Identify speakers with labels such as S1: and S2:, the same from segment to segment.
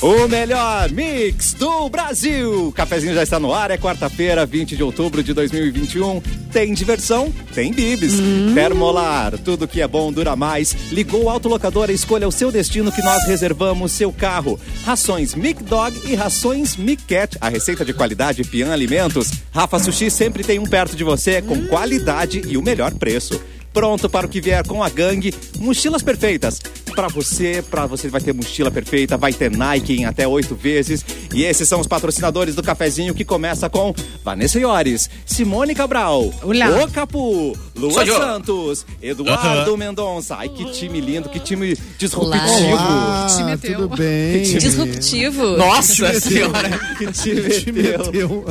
S1: O melhor mix do Brasil. O cafezinho já está no ar, é quarta-feira, 20 de outubro de 2021. Tem diversão, tem bibis. Termolar, tudo que é bom dura mais. Ligou o autolocador e escolha o seu destino que nós reservamos seu carro. Rações Mic Dog e rações Mic Cat, a receita de qualidade Pian Alimentos. Rafa Sushi sempre tem um perto de você com qualidade e o melhor preço pronto para o que vier com a gangue. Mochilas perfeitas. Para você, para você vai ter mochila perfeita, vai ter Nike em até oito vezes. E esses são os patrocinadores do cafezinho que começa com Vanessa Iores, Simone Cabral,
S2: Olá.
S1: O Capu, Lua
S3: Sou eu.
S1: Santos, Eduardo Mendonça. Ai, que time lindo, que time disruptivo.
S4: Olá,
S2: Te meteu.
S4: tudo bem?
S5: Disruptivo.
S3: Nossa senhora!
S1: Que time, teu.
S4: Te meteu.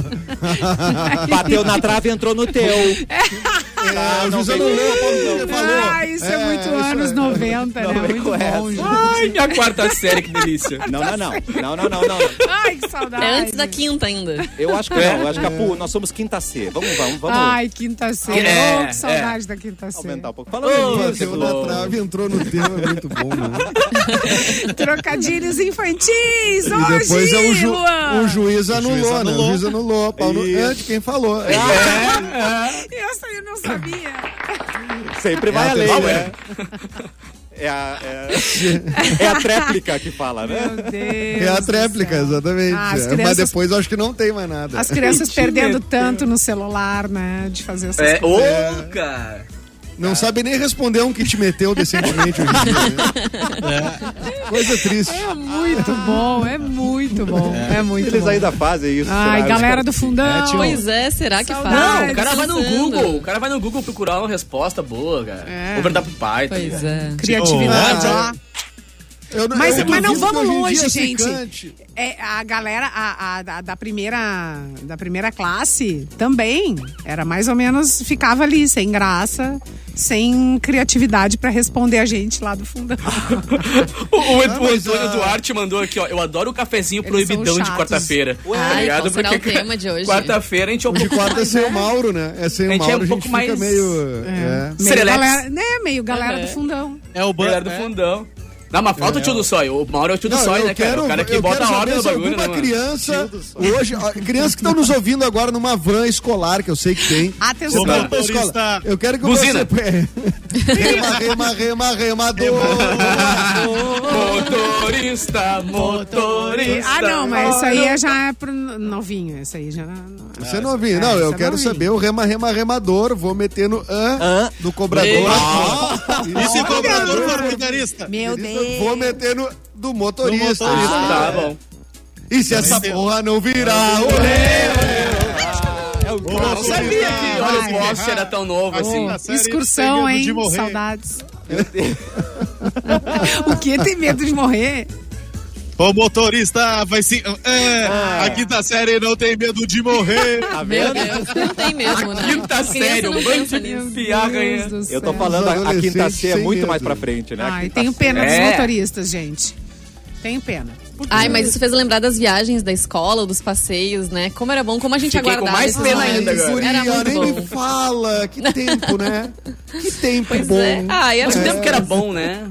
S1: Bateu na trave e entrou no teu.
S4: É, o
S1: Ah, não
S4: José
S1: vem
S4: não
S1: com
S4: leu,
S1: essa.
S4: Paulo Júnior falou.
S2: Ah, isso é,
S4: É,
S2: muito
S4: isso
S2: anos
S4: é.
S2: 90, né?
S1: Não vem
S2: Muito
S1: com essa.
S2: bom, gente.
S3: Ai, minha quarta série, que delícia!
S1: Não, não, não. Não, não, não, não.
S2: Ai, que saudade.
S5: É antes da quinta ainda.
S1: Eu acho que não. Eu acho que, Capu, nós somos quinta C. Vamos, vamos, vamos.
S2: Ai, quinta série.
S3: É,
S2: oh, que saudade da quinta série.
S1: aumentar um pouco.
S3: Ô,
S1: Falando né? nisso,
S4: Bateu na trave, entrou no tema, é muito bom, né?
S2: Trocadilhos infantis
S4: E
S2: hoje,
S4: depois é o, ju
S2: Luan.
S4: o juiz anulou, né?
S1: anulou.
S4: O juiz anulou. Paulo,
S1: Isso.
S4: é de quem falou. É,
S2: Essa eu não sabia.
S1: sempre vai
S4: É,
S1: a lei,
S4: pessoal,
S1: né? É a, é, é a tréplica que fala, né?
S2: Meu Deus
S4: é a
S2: do
S4: tréplica,
S2: céu.
S4: exatamente.
S2: Ah, as
S4: É, Mas
S2: crianças-
S4: depois eu acho que não tem mais nada.
S2: As crianças perdendo
S3: meteu.
S2: tanto no celular, né? De fazer essas
S3: É,
S2: coisas.
S3: ô, cara!
S4: Não sabe nem responder um que te meteu decentemente hoje em dia. né? Coisa triste.
S2: É muito bom, é muito bom. É, muito
S1: Eles
S2: bom.
S1: ainda fazem isso.
S2: Ai,
S1: será?
S2: galera do fundão.
S5: Pois é, será que
S2: Saudade.
S5: faz?
S3: Não, o cara vai no
S5: Precisando.
S3: Google, o cara vai no Google procurar uma resposta boa, cara.
S2: É.
S3: Vou perguntar pro pai, tá
S5: Pois
S3: ligado?
S5: é.
S2: Criatividade.
S4: Oh,
S2: ó.
S4: Eu não-
S2: Mas-
S4: eu
S2: mas não
S4: duvido que
S2: vamos
S4: hoje em dia
S2: longe,
S4: se
S2: gente.
S4: cante.
S2: É, a galera a- a- da, da primeira, da primeira classe também era mais ou menos, ficava ali sem graça, sem criatividade pra responder a gente lá do fundão.
S3: O, o,
S4: Ah,
S3: Edu- o
S4: mas,
S3: Antônio
S4: ah,
S3: Duarte mandou aqui, ó. Eu adoro o cafezinho
S2: são
S3: proibidão de
S2: chatos.
S3: quarta-feira. Tá
S5: Ai, qual será o tema de hoje?
S3: Quarta-feira a gente é um
S4: De
S3: pouco
S4: quarta é sem o Mauro, né? É sem
S3: A
S4: o
S3: gente é um
S4: Mauro, a gente
S3: pouco
S4: fica
S3: mais-
S4: meio... é.
S2: Meio
S3: Serelex.
S2: galera, né? Meio galera do
S5: Uhum.
S2: fundão.
S6: É o
S3: galera
S6: banco.
S3: do
S6: né?
S3: fundão. Não, mas falta o tio do sói. O Mauro é o tio do
S4: Não,
S3: sói,
S4: eu
S3: né, cara?
S4: quero-
S3: o cara que
S4: eu
S3: bota
S4: quero
S3: a
S4: saber
S3: ordem no
S4: se
S3: bagulho, né,
S4: alguma
S3: mano?
S2: um
S4: criança hoje, ó, crianças que estão nos ouvindo agora numa van escolar, que eu sei que tem.
S2: Atenção.
S6: Opa.
S4: Van escolar.
S6: Motorista.
S4: Eu quero que
S3: Buzina.
S4: você... rema, rema, rema, remador.
S3: Ah, Motorista, motorista.
S2: Ah, não, mas isso aí é já é pro novinho. Isso aí já. não-
S4: Você não ouviu. Não,
S2: É,
S4: eu
S2: você
S4: quero
S2: não ouvi.
S4: saber o rema, rema, remador. Vou meter no an do cobrador.
S6: E se
S3: é
S4: Isso.
S6: o cobrador for vigarista?
S2: Meu Deus.
S4: Vou meter no do motorista.
S6: Do motorista.
S3: Tá bom.
S4: E se essa porra não virar, olê!
S3: Eu não sabia que olha,
S2: Vai.
S3: o Office era tão novo assim.
S6: Nossa. Série
S2: Excursão,
S6: Tem Medo
S2: hein?
S6: de Morrer.
S2: Saudades. o que tem medo de morrer?
S6: O motorista vai se. É,
S2: Ah.
S6: A quinta série não tem medo de morrer.
S1: Tá
S5: Meu
S1: vendo?
S5: Deus, não tem mesmo, né?
S3: Quinta
S5: Criança
S3: série,
S5: não
S3: um
S5: pensa
S3: bando de
S5: nisso.
S3: piarra
S2: Deus
S3: aí.
S2: do
S1: Eu
S2: céu.
S1: tô falando, a- a quinta C é
S4: Sem
S1: muito
S4: medo.
S1: mais pra frente, né? A
S2: Ai,
S1: quinta
S2: tenho
S1: C.
S2: pena
S3: É.
S2: dos motoristas, gente. Tenho pena.
S5: Ai, mas isso fez lembrar das viagens da escola, dos passeios, né? Como era bom, como a gente
S3: Fiquei com
S5: aguardava.
S3: mais
S5: esses
S3: pena
S5: momentos.
S3: ainda agora.
S4: Guria,
S5: Era muito
S4: nem me
S5: bom.
S4: fala. Que tempo, né? Que tempo
S5: Pois
S4: bom.
S5: é.
S2: Ah,
S5: Ai, era
S3: Mas o tempo que era bom, né?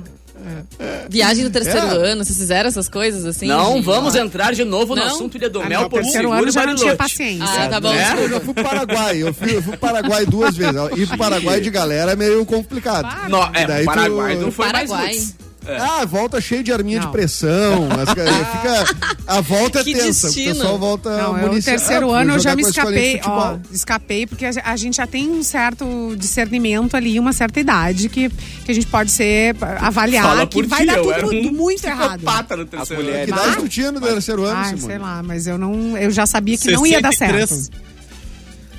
S5: viagem do terceiro
S4: É.
S5: ano, vocês fizeram essas coisas assim?
S3: Não
S5: de-
S3: vamos entrar de novo no
S5: Não?
S3: assunto Ilha do
S2: Ah,
S3: Mel,
S2: não,
S3: Porto
S2: terceiro
S3: Seguro
S2: ano
S3: e
S2: já não tinha
S3: Bariloche.
S2: paciência.
S5: Ah, tá bom.
S3: É?
S4: Eu já fui pro Paraguai. Eu fui, eu fui pro Paraguai duas vezes. Ir pro Paraguai de galera é meio complicado.
S3: Não, é,
S4: Daí
S3: o
S4: tu-
S3: Paraguai não foi
S5: Paraguai.
S3: mais muito.
S4: Ah, volta cheio de arminha
S2: Não.
S4: de pressão. as ca- fica, a volta é
S5: Que
S4: tensa.
S5: destino.
S4: O pessoal volta
S2: Não, eu, no
S4: munici-
S2: terceiro
S4: Ah,
S2: ano eu
S4: jogar
S2: já me
S4: com a escolinha de
S2: escapei, ó,
S4: futebol.
S2: escapei porque a ge- a gente já tem um certo discernimento ali, uma certa idade que, que a gente pode ser avaliar
S3: Fala
S2: que
S3: por
S2: vai
S3: ti,
S2: dar
S3: eu
S2: tudo
S3: era um
S2: muito errado.
S3: Pata no terceiro.
S1: As mulheres.
S4: Que idade tu tinha no terceiro ano,
S2: Ai,
S4: Simone?
S2: sei lá, mas eu não, eu já sabia que não ia dar certo.
S6: 63.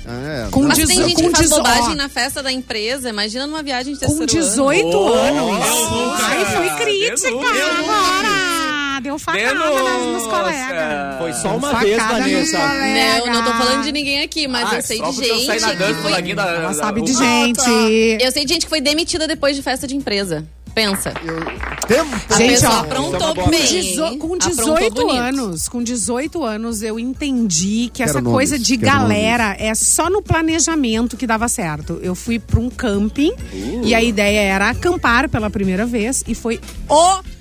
S4: Ah, é.
S2: Com
S5: Mas tem
S2: dezo-
S5: gente que faz
S2: dezo- ó,
S5: bobagem na festa da empresa, imagina numa viagem de
S2: Com
S5: terceiro ano.
S2: 18
S3: Oh,
S2: anos.
S3: eu nunca-
S2: Ai, fui crítica
S3: Denúncia.
S2: agora. Deu facada nas- nos
S3: Denúncia.
S2: colegas.
S3: É.
S1: Foi só uma
S2: Facada
S1: vez,
S2: nos
S1: Vanessa.
S2: colegas.
S5: Não, Né, não tô falando de ninguém aqui, mas
S3: Ah,
S5: eu sei
S3: só
S5: de
S3: porque eu saí
S5: gente
S3: nadando
S5: que
S3: no
S5: foi
S3: laguinho da-
S2: Ela
S3: da-
S2: sabe de
S3: o-
S2: gente.
S5: Eu sei de gente que foi demitida depois de festa de empresa. Pensa.
S4: Eu... Tempo.
S2: Gente,
S5: A
S2: ó,
S5: pessoa
S1: isso é uma
S5: aprontou
S1: boa
S5: bem.
S2: Dezo- com
S5: aprontou
S2: 18
S5: bonito.
S2: anos, com 18 anos eu entendi que essa
S4: Quero nomes,
S2: coisa de
S4: quero
S2: galera é só no planejamento que dava certo. Eu fui pra um camping e a ideia era acampar pela primeira vez e foi horrível.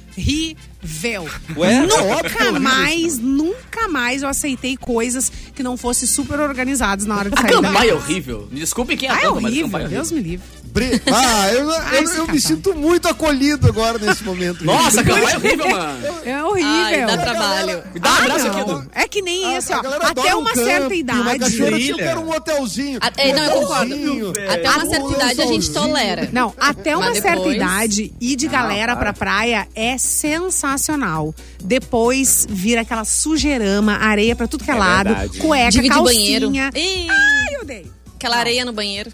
S2: véu.
S1: Ué?
S2: Nunca mais, nunca mais eu aceitei coisas que não fossem super organizadas na hora de sair da
S3: Campanha é horrível. Me desculpe quem
S2: Ah, é
S3: acampa, mas
S2: horrível,
S3: campanha é
S2: Deus me livre.
S4: Bri- Ah, eu, eu-
S2: Ai,
S4: eu- eu me
S2: escapar.
S4: sinto muito acolhido agora nesse momento.
S3: Nossa, campanha é horrível, mano.
S2: É horrível.
S5: Ai, dá trabalho.
S3: Me dá um
S2: Ah,
S3: abraço
S2: não.
S3: aqui, Edu.
S2: É que nem
S4: A-
S2: esse,
S4: a
S2: ó.
S4: galera
S2: Até
S4: adora um
S2: uma
S4: camping,
S2: certa
S4: Uma
S2: idade.
S4: cachoeira,
S6: Trilha.
S4: eu quero um hotelzinho.
S5: Ah, é, não, eu concordo.
S4: Hotelzinho. um
S5: Até uma certa idade a gente tolera.
S2: Não, é até uma
S5: Mas
S2: certa
S5: depois-
S2: idade, ir de galera pra praia é sensacional. Depois vira aquela sujeirama, areia pra tudo que é,
S1: É
S2: lado,
S1: verdade.
S2: cueca,
S5: Divide o
S2: calcinha.
S5: banheiro. Ih,
S2: Ai, eu odeio.
S5: aquela areia no banheiro.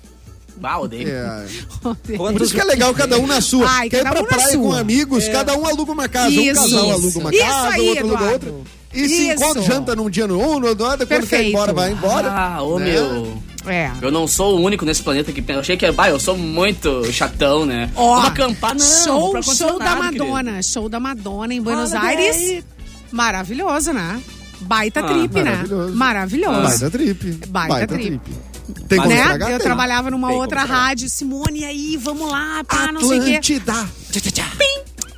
S3: Bah, odeio.
S4: É.
S2: odeio.
S4: Por
S1: Quantos
S4: isso que é legal, cada um na sua.
S2: Ai,
S4: Quer ir
S2: cada
S4: pra
S2: um na
S4: praia com
S2: sua.
S4: amigos, cada um aluga uma casa. Um
S2: Isso.
S4: casal aluga uma
S2: Isso
S4: casa,
S2: aí,
S4: outro aluga
S2: Eduardo.
S4: outra. E se
S2: Isso.
S4: encontra, janta num dia no um, no outro, quando quer ir
S2: Perfeito.
S4: embora, vai embora.
S3: Ah, ô
S4: Né?
S3: meu.
S2: É.
S3: Eu não sou o único nesse planeta que Eu achei que, bah, eu sou muito chatão, né?
S2: Ó,
S3: Vou acampar, não. vou
S2: show,
S3: pra
S2: show da
S3: condicionado, querido.
S2: Madonna. Show da Madonna em Buenos
S3: Fala,
S2: Aires.
S3: Gabi.
S2: Maravilhoso, né? Baita
S3: Ah,
S2: trip,
S4: maravilhoso.
S2: né? Maravilhoso.
S4: Baita trip.
S2: Baita
S4: trip.
S2: trip.
S4: Tem como
S2: né?
S4: estragar?
S2: Eu
S4: Tem. Ah,
S2: trabalhava numa
S1: Tem como
S2: outra
S1: estragar.
S2: rádio. Simone, aí, vamos lá, pá, não sei o quê.
S4: Atlântida.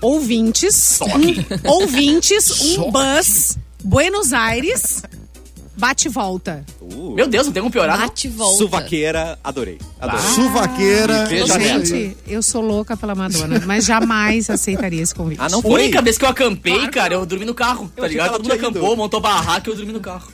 S2: Ouvintes. Um, ouvintes, um bus, Buenos Aires, bate e volta.
S1: Uh,
S3: Meu Deus, não tem como piorar, não.
S5: Bate e volta.
S1: Suvaqueira, adorei. Adorei.
S4: Suvaqueira.
S1: Me veja nela.
S2: Ah. Gente, eu sou louca pela Madonna, mas jamais aceitaria esse convite.
S1: Ah, não
S3: A
S1: foi?
S3: única vez que eu acampei,
S2: Claro que
S3: cara, eu dormi no carro,
S1: Eu
S3: tá
S1: achei que
S3: ligado?
S1: ela
S3: Todo mundo
S1: tinha ido.
S3: acampou, montou barraca e eu dormi no carro.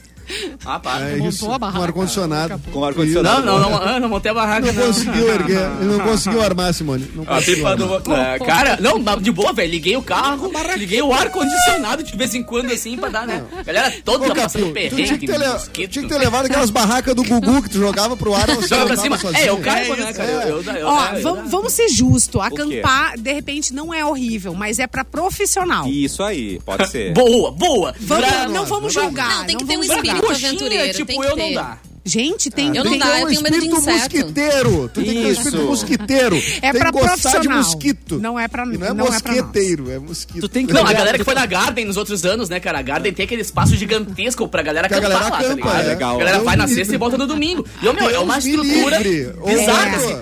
S3: Ah, para.
S4: É
S2: Montou
S4: isso,
S2: a barraca,
S4: com ar-condicionado.
S1: Com ar-condicionado.
S3: Não, não, não, ah, não montei a barraca,
S4: tá Não
S3: não.
S4: conseguiu erguer. Não conseguiu armar, Simone. Não
S3: A
S4: conseguiu
S3: Ah, pipa
S4: armar.
S3: do... É, cara, não, mas de boa, velho. Liguei o carro, liguei o ar-condicionado de vez em quando, assim, pra dar, né? Galera toda
S4: Ô,
S3: passando
S4: Capu, tu tinha
S3: perrengue,
S4: que, ter le-
S3: mosquito.
S4: tinha que ter levado aquelas barracas do Gugu que tu jogava pro ar. você
S3: Joga pra
S4: voltava
S3: cima.
S4: sozinho.
S3: É, eu cargo, né, cara? Eu, eu, eu, eu,
S2: Ó,
S3: eu-
S2: vamos, vamos ser justos. Acampar, de repente, não é horrível, mas é pra profissional.
S1: Isso aí, pode ser.
S3: Boa, boa.
S2: Vamos,
S3: Pra-
S2: não vamos julgar.
S5: Não, tem que ter um
S2: vamos
S3: pra
S2: julgar.
S5: espírito
S3: coxinha,
S5: aventureiro.
S3: Tipo,
S5: tem que
S3: eu
S5: ter.
S3: não dá.
S2: Gente, tem,
S5: Eu não
S2: tem
S5: dá,
S4: Tem
S5: eu
S4: um
S5: tenho medo de
S4: espírito
S5: inseto.
S4: mosquiteiro. Tu tem que ter um
S1: Isso.
S4: espírito mosquiteiro.
S2: É pra
S4: tem que gostar de
S2: profissional.
S4: mosquito.
S2: Não é pra-
S4: E não é
S2: não é pra nós.
S4: mosqueteiro, é mosquito.
S1: Tu tem que-
S3: Não, a galera que um foi na Garden nos outros anos, né, cara? A Garden tem aquele espaço gigantesco pra galera
S4: Que a
S3: acampar
S4: galera
S3: lá,
S4: acampa,
S3: tá ligado?
S1: é.
S3: A galera vai na
S4: Deus me
S3: sexta e
S4: livre.
S3: volta no domingo. E, ô, meu, é uma
S4: Deus me
S3: estrutura
S4: livre. Ô,
S3: bizarra,
S4: Arthur,
S3: assim.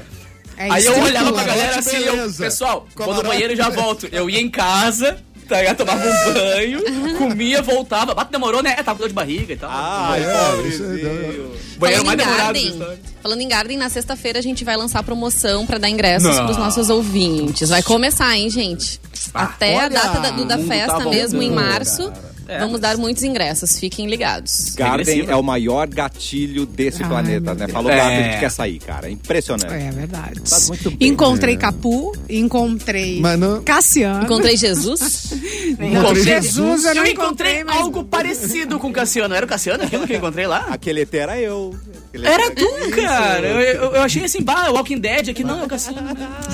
S2: É
S3: Aí eu
S2: isso.
S3: olhava pra
S4: Camarote,
S3: galera assim, eu,
S4: beleza.
S3: pessoal, vou no
S4: Camarote,
S3: banheiro e já
S4: beleza.
S3: volto. Eu ia em casa, tá ligado? Tomava um banho, comia, voltava. Bate demorou, né? É, tava com dor de barriga e tal.
S1: Ai,
S4: É,
S1: pobrezinho.
S3: banheiro mais
S5: Falando
S3: demorado.
S5: em
S3: da
S5: Garden,
S3: história.
S5: falando em Garden, na sexta-feira a gente vai lançar promoção pra dar ingressos
S3: Não. Ah,
S5: pros nossos ouvintes. Vai começar, hein, gente? Até
S4: olha,
S5: a data da, do- da
S3: o mundo
S5: festa
S3: tá
S5: mesmo, em
S3: voltando,
S5: março.
S3: É,
S5: Vamos dar muitos ingressos, fiquem ligados.
S1: Garden
S3: Regressiva.
S1: é o maior gatilho desse
S4: Ah,
S2: Ai,
S1: planeta,
S2: meu
S1: né? Falou
S3: É.
S1: Garden que quer sair, cara. Impressionante.
S2: É verdade.
S1: Faz muito bem.
S2: Encontrei Capu, encontrei
S4: Mas não-
S2: Cassiano.
S5: Encontrei Jesus?
S4: Encontrei
S2: Jesus, eu
S3: Eu
S2: não
S3: encontrei
S2: encontrei, mas-
S3: algo parecido com o Cassiano. Era o Cassiano aquilo que eu encontrei lá?
S1: Aquele ET era eu. Aquele ET
S3: Era tu, cara. Eu, eu- eu achei assim, bah, Walking Dead aqui. Não, é o Cassiano.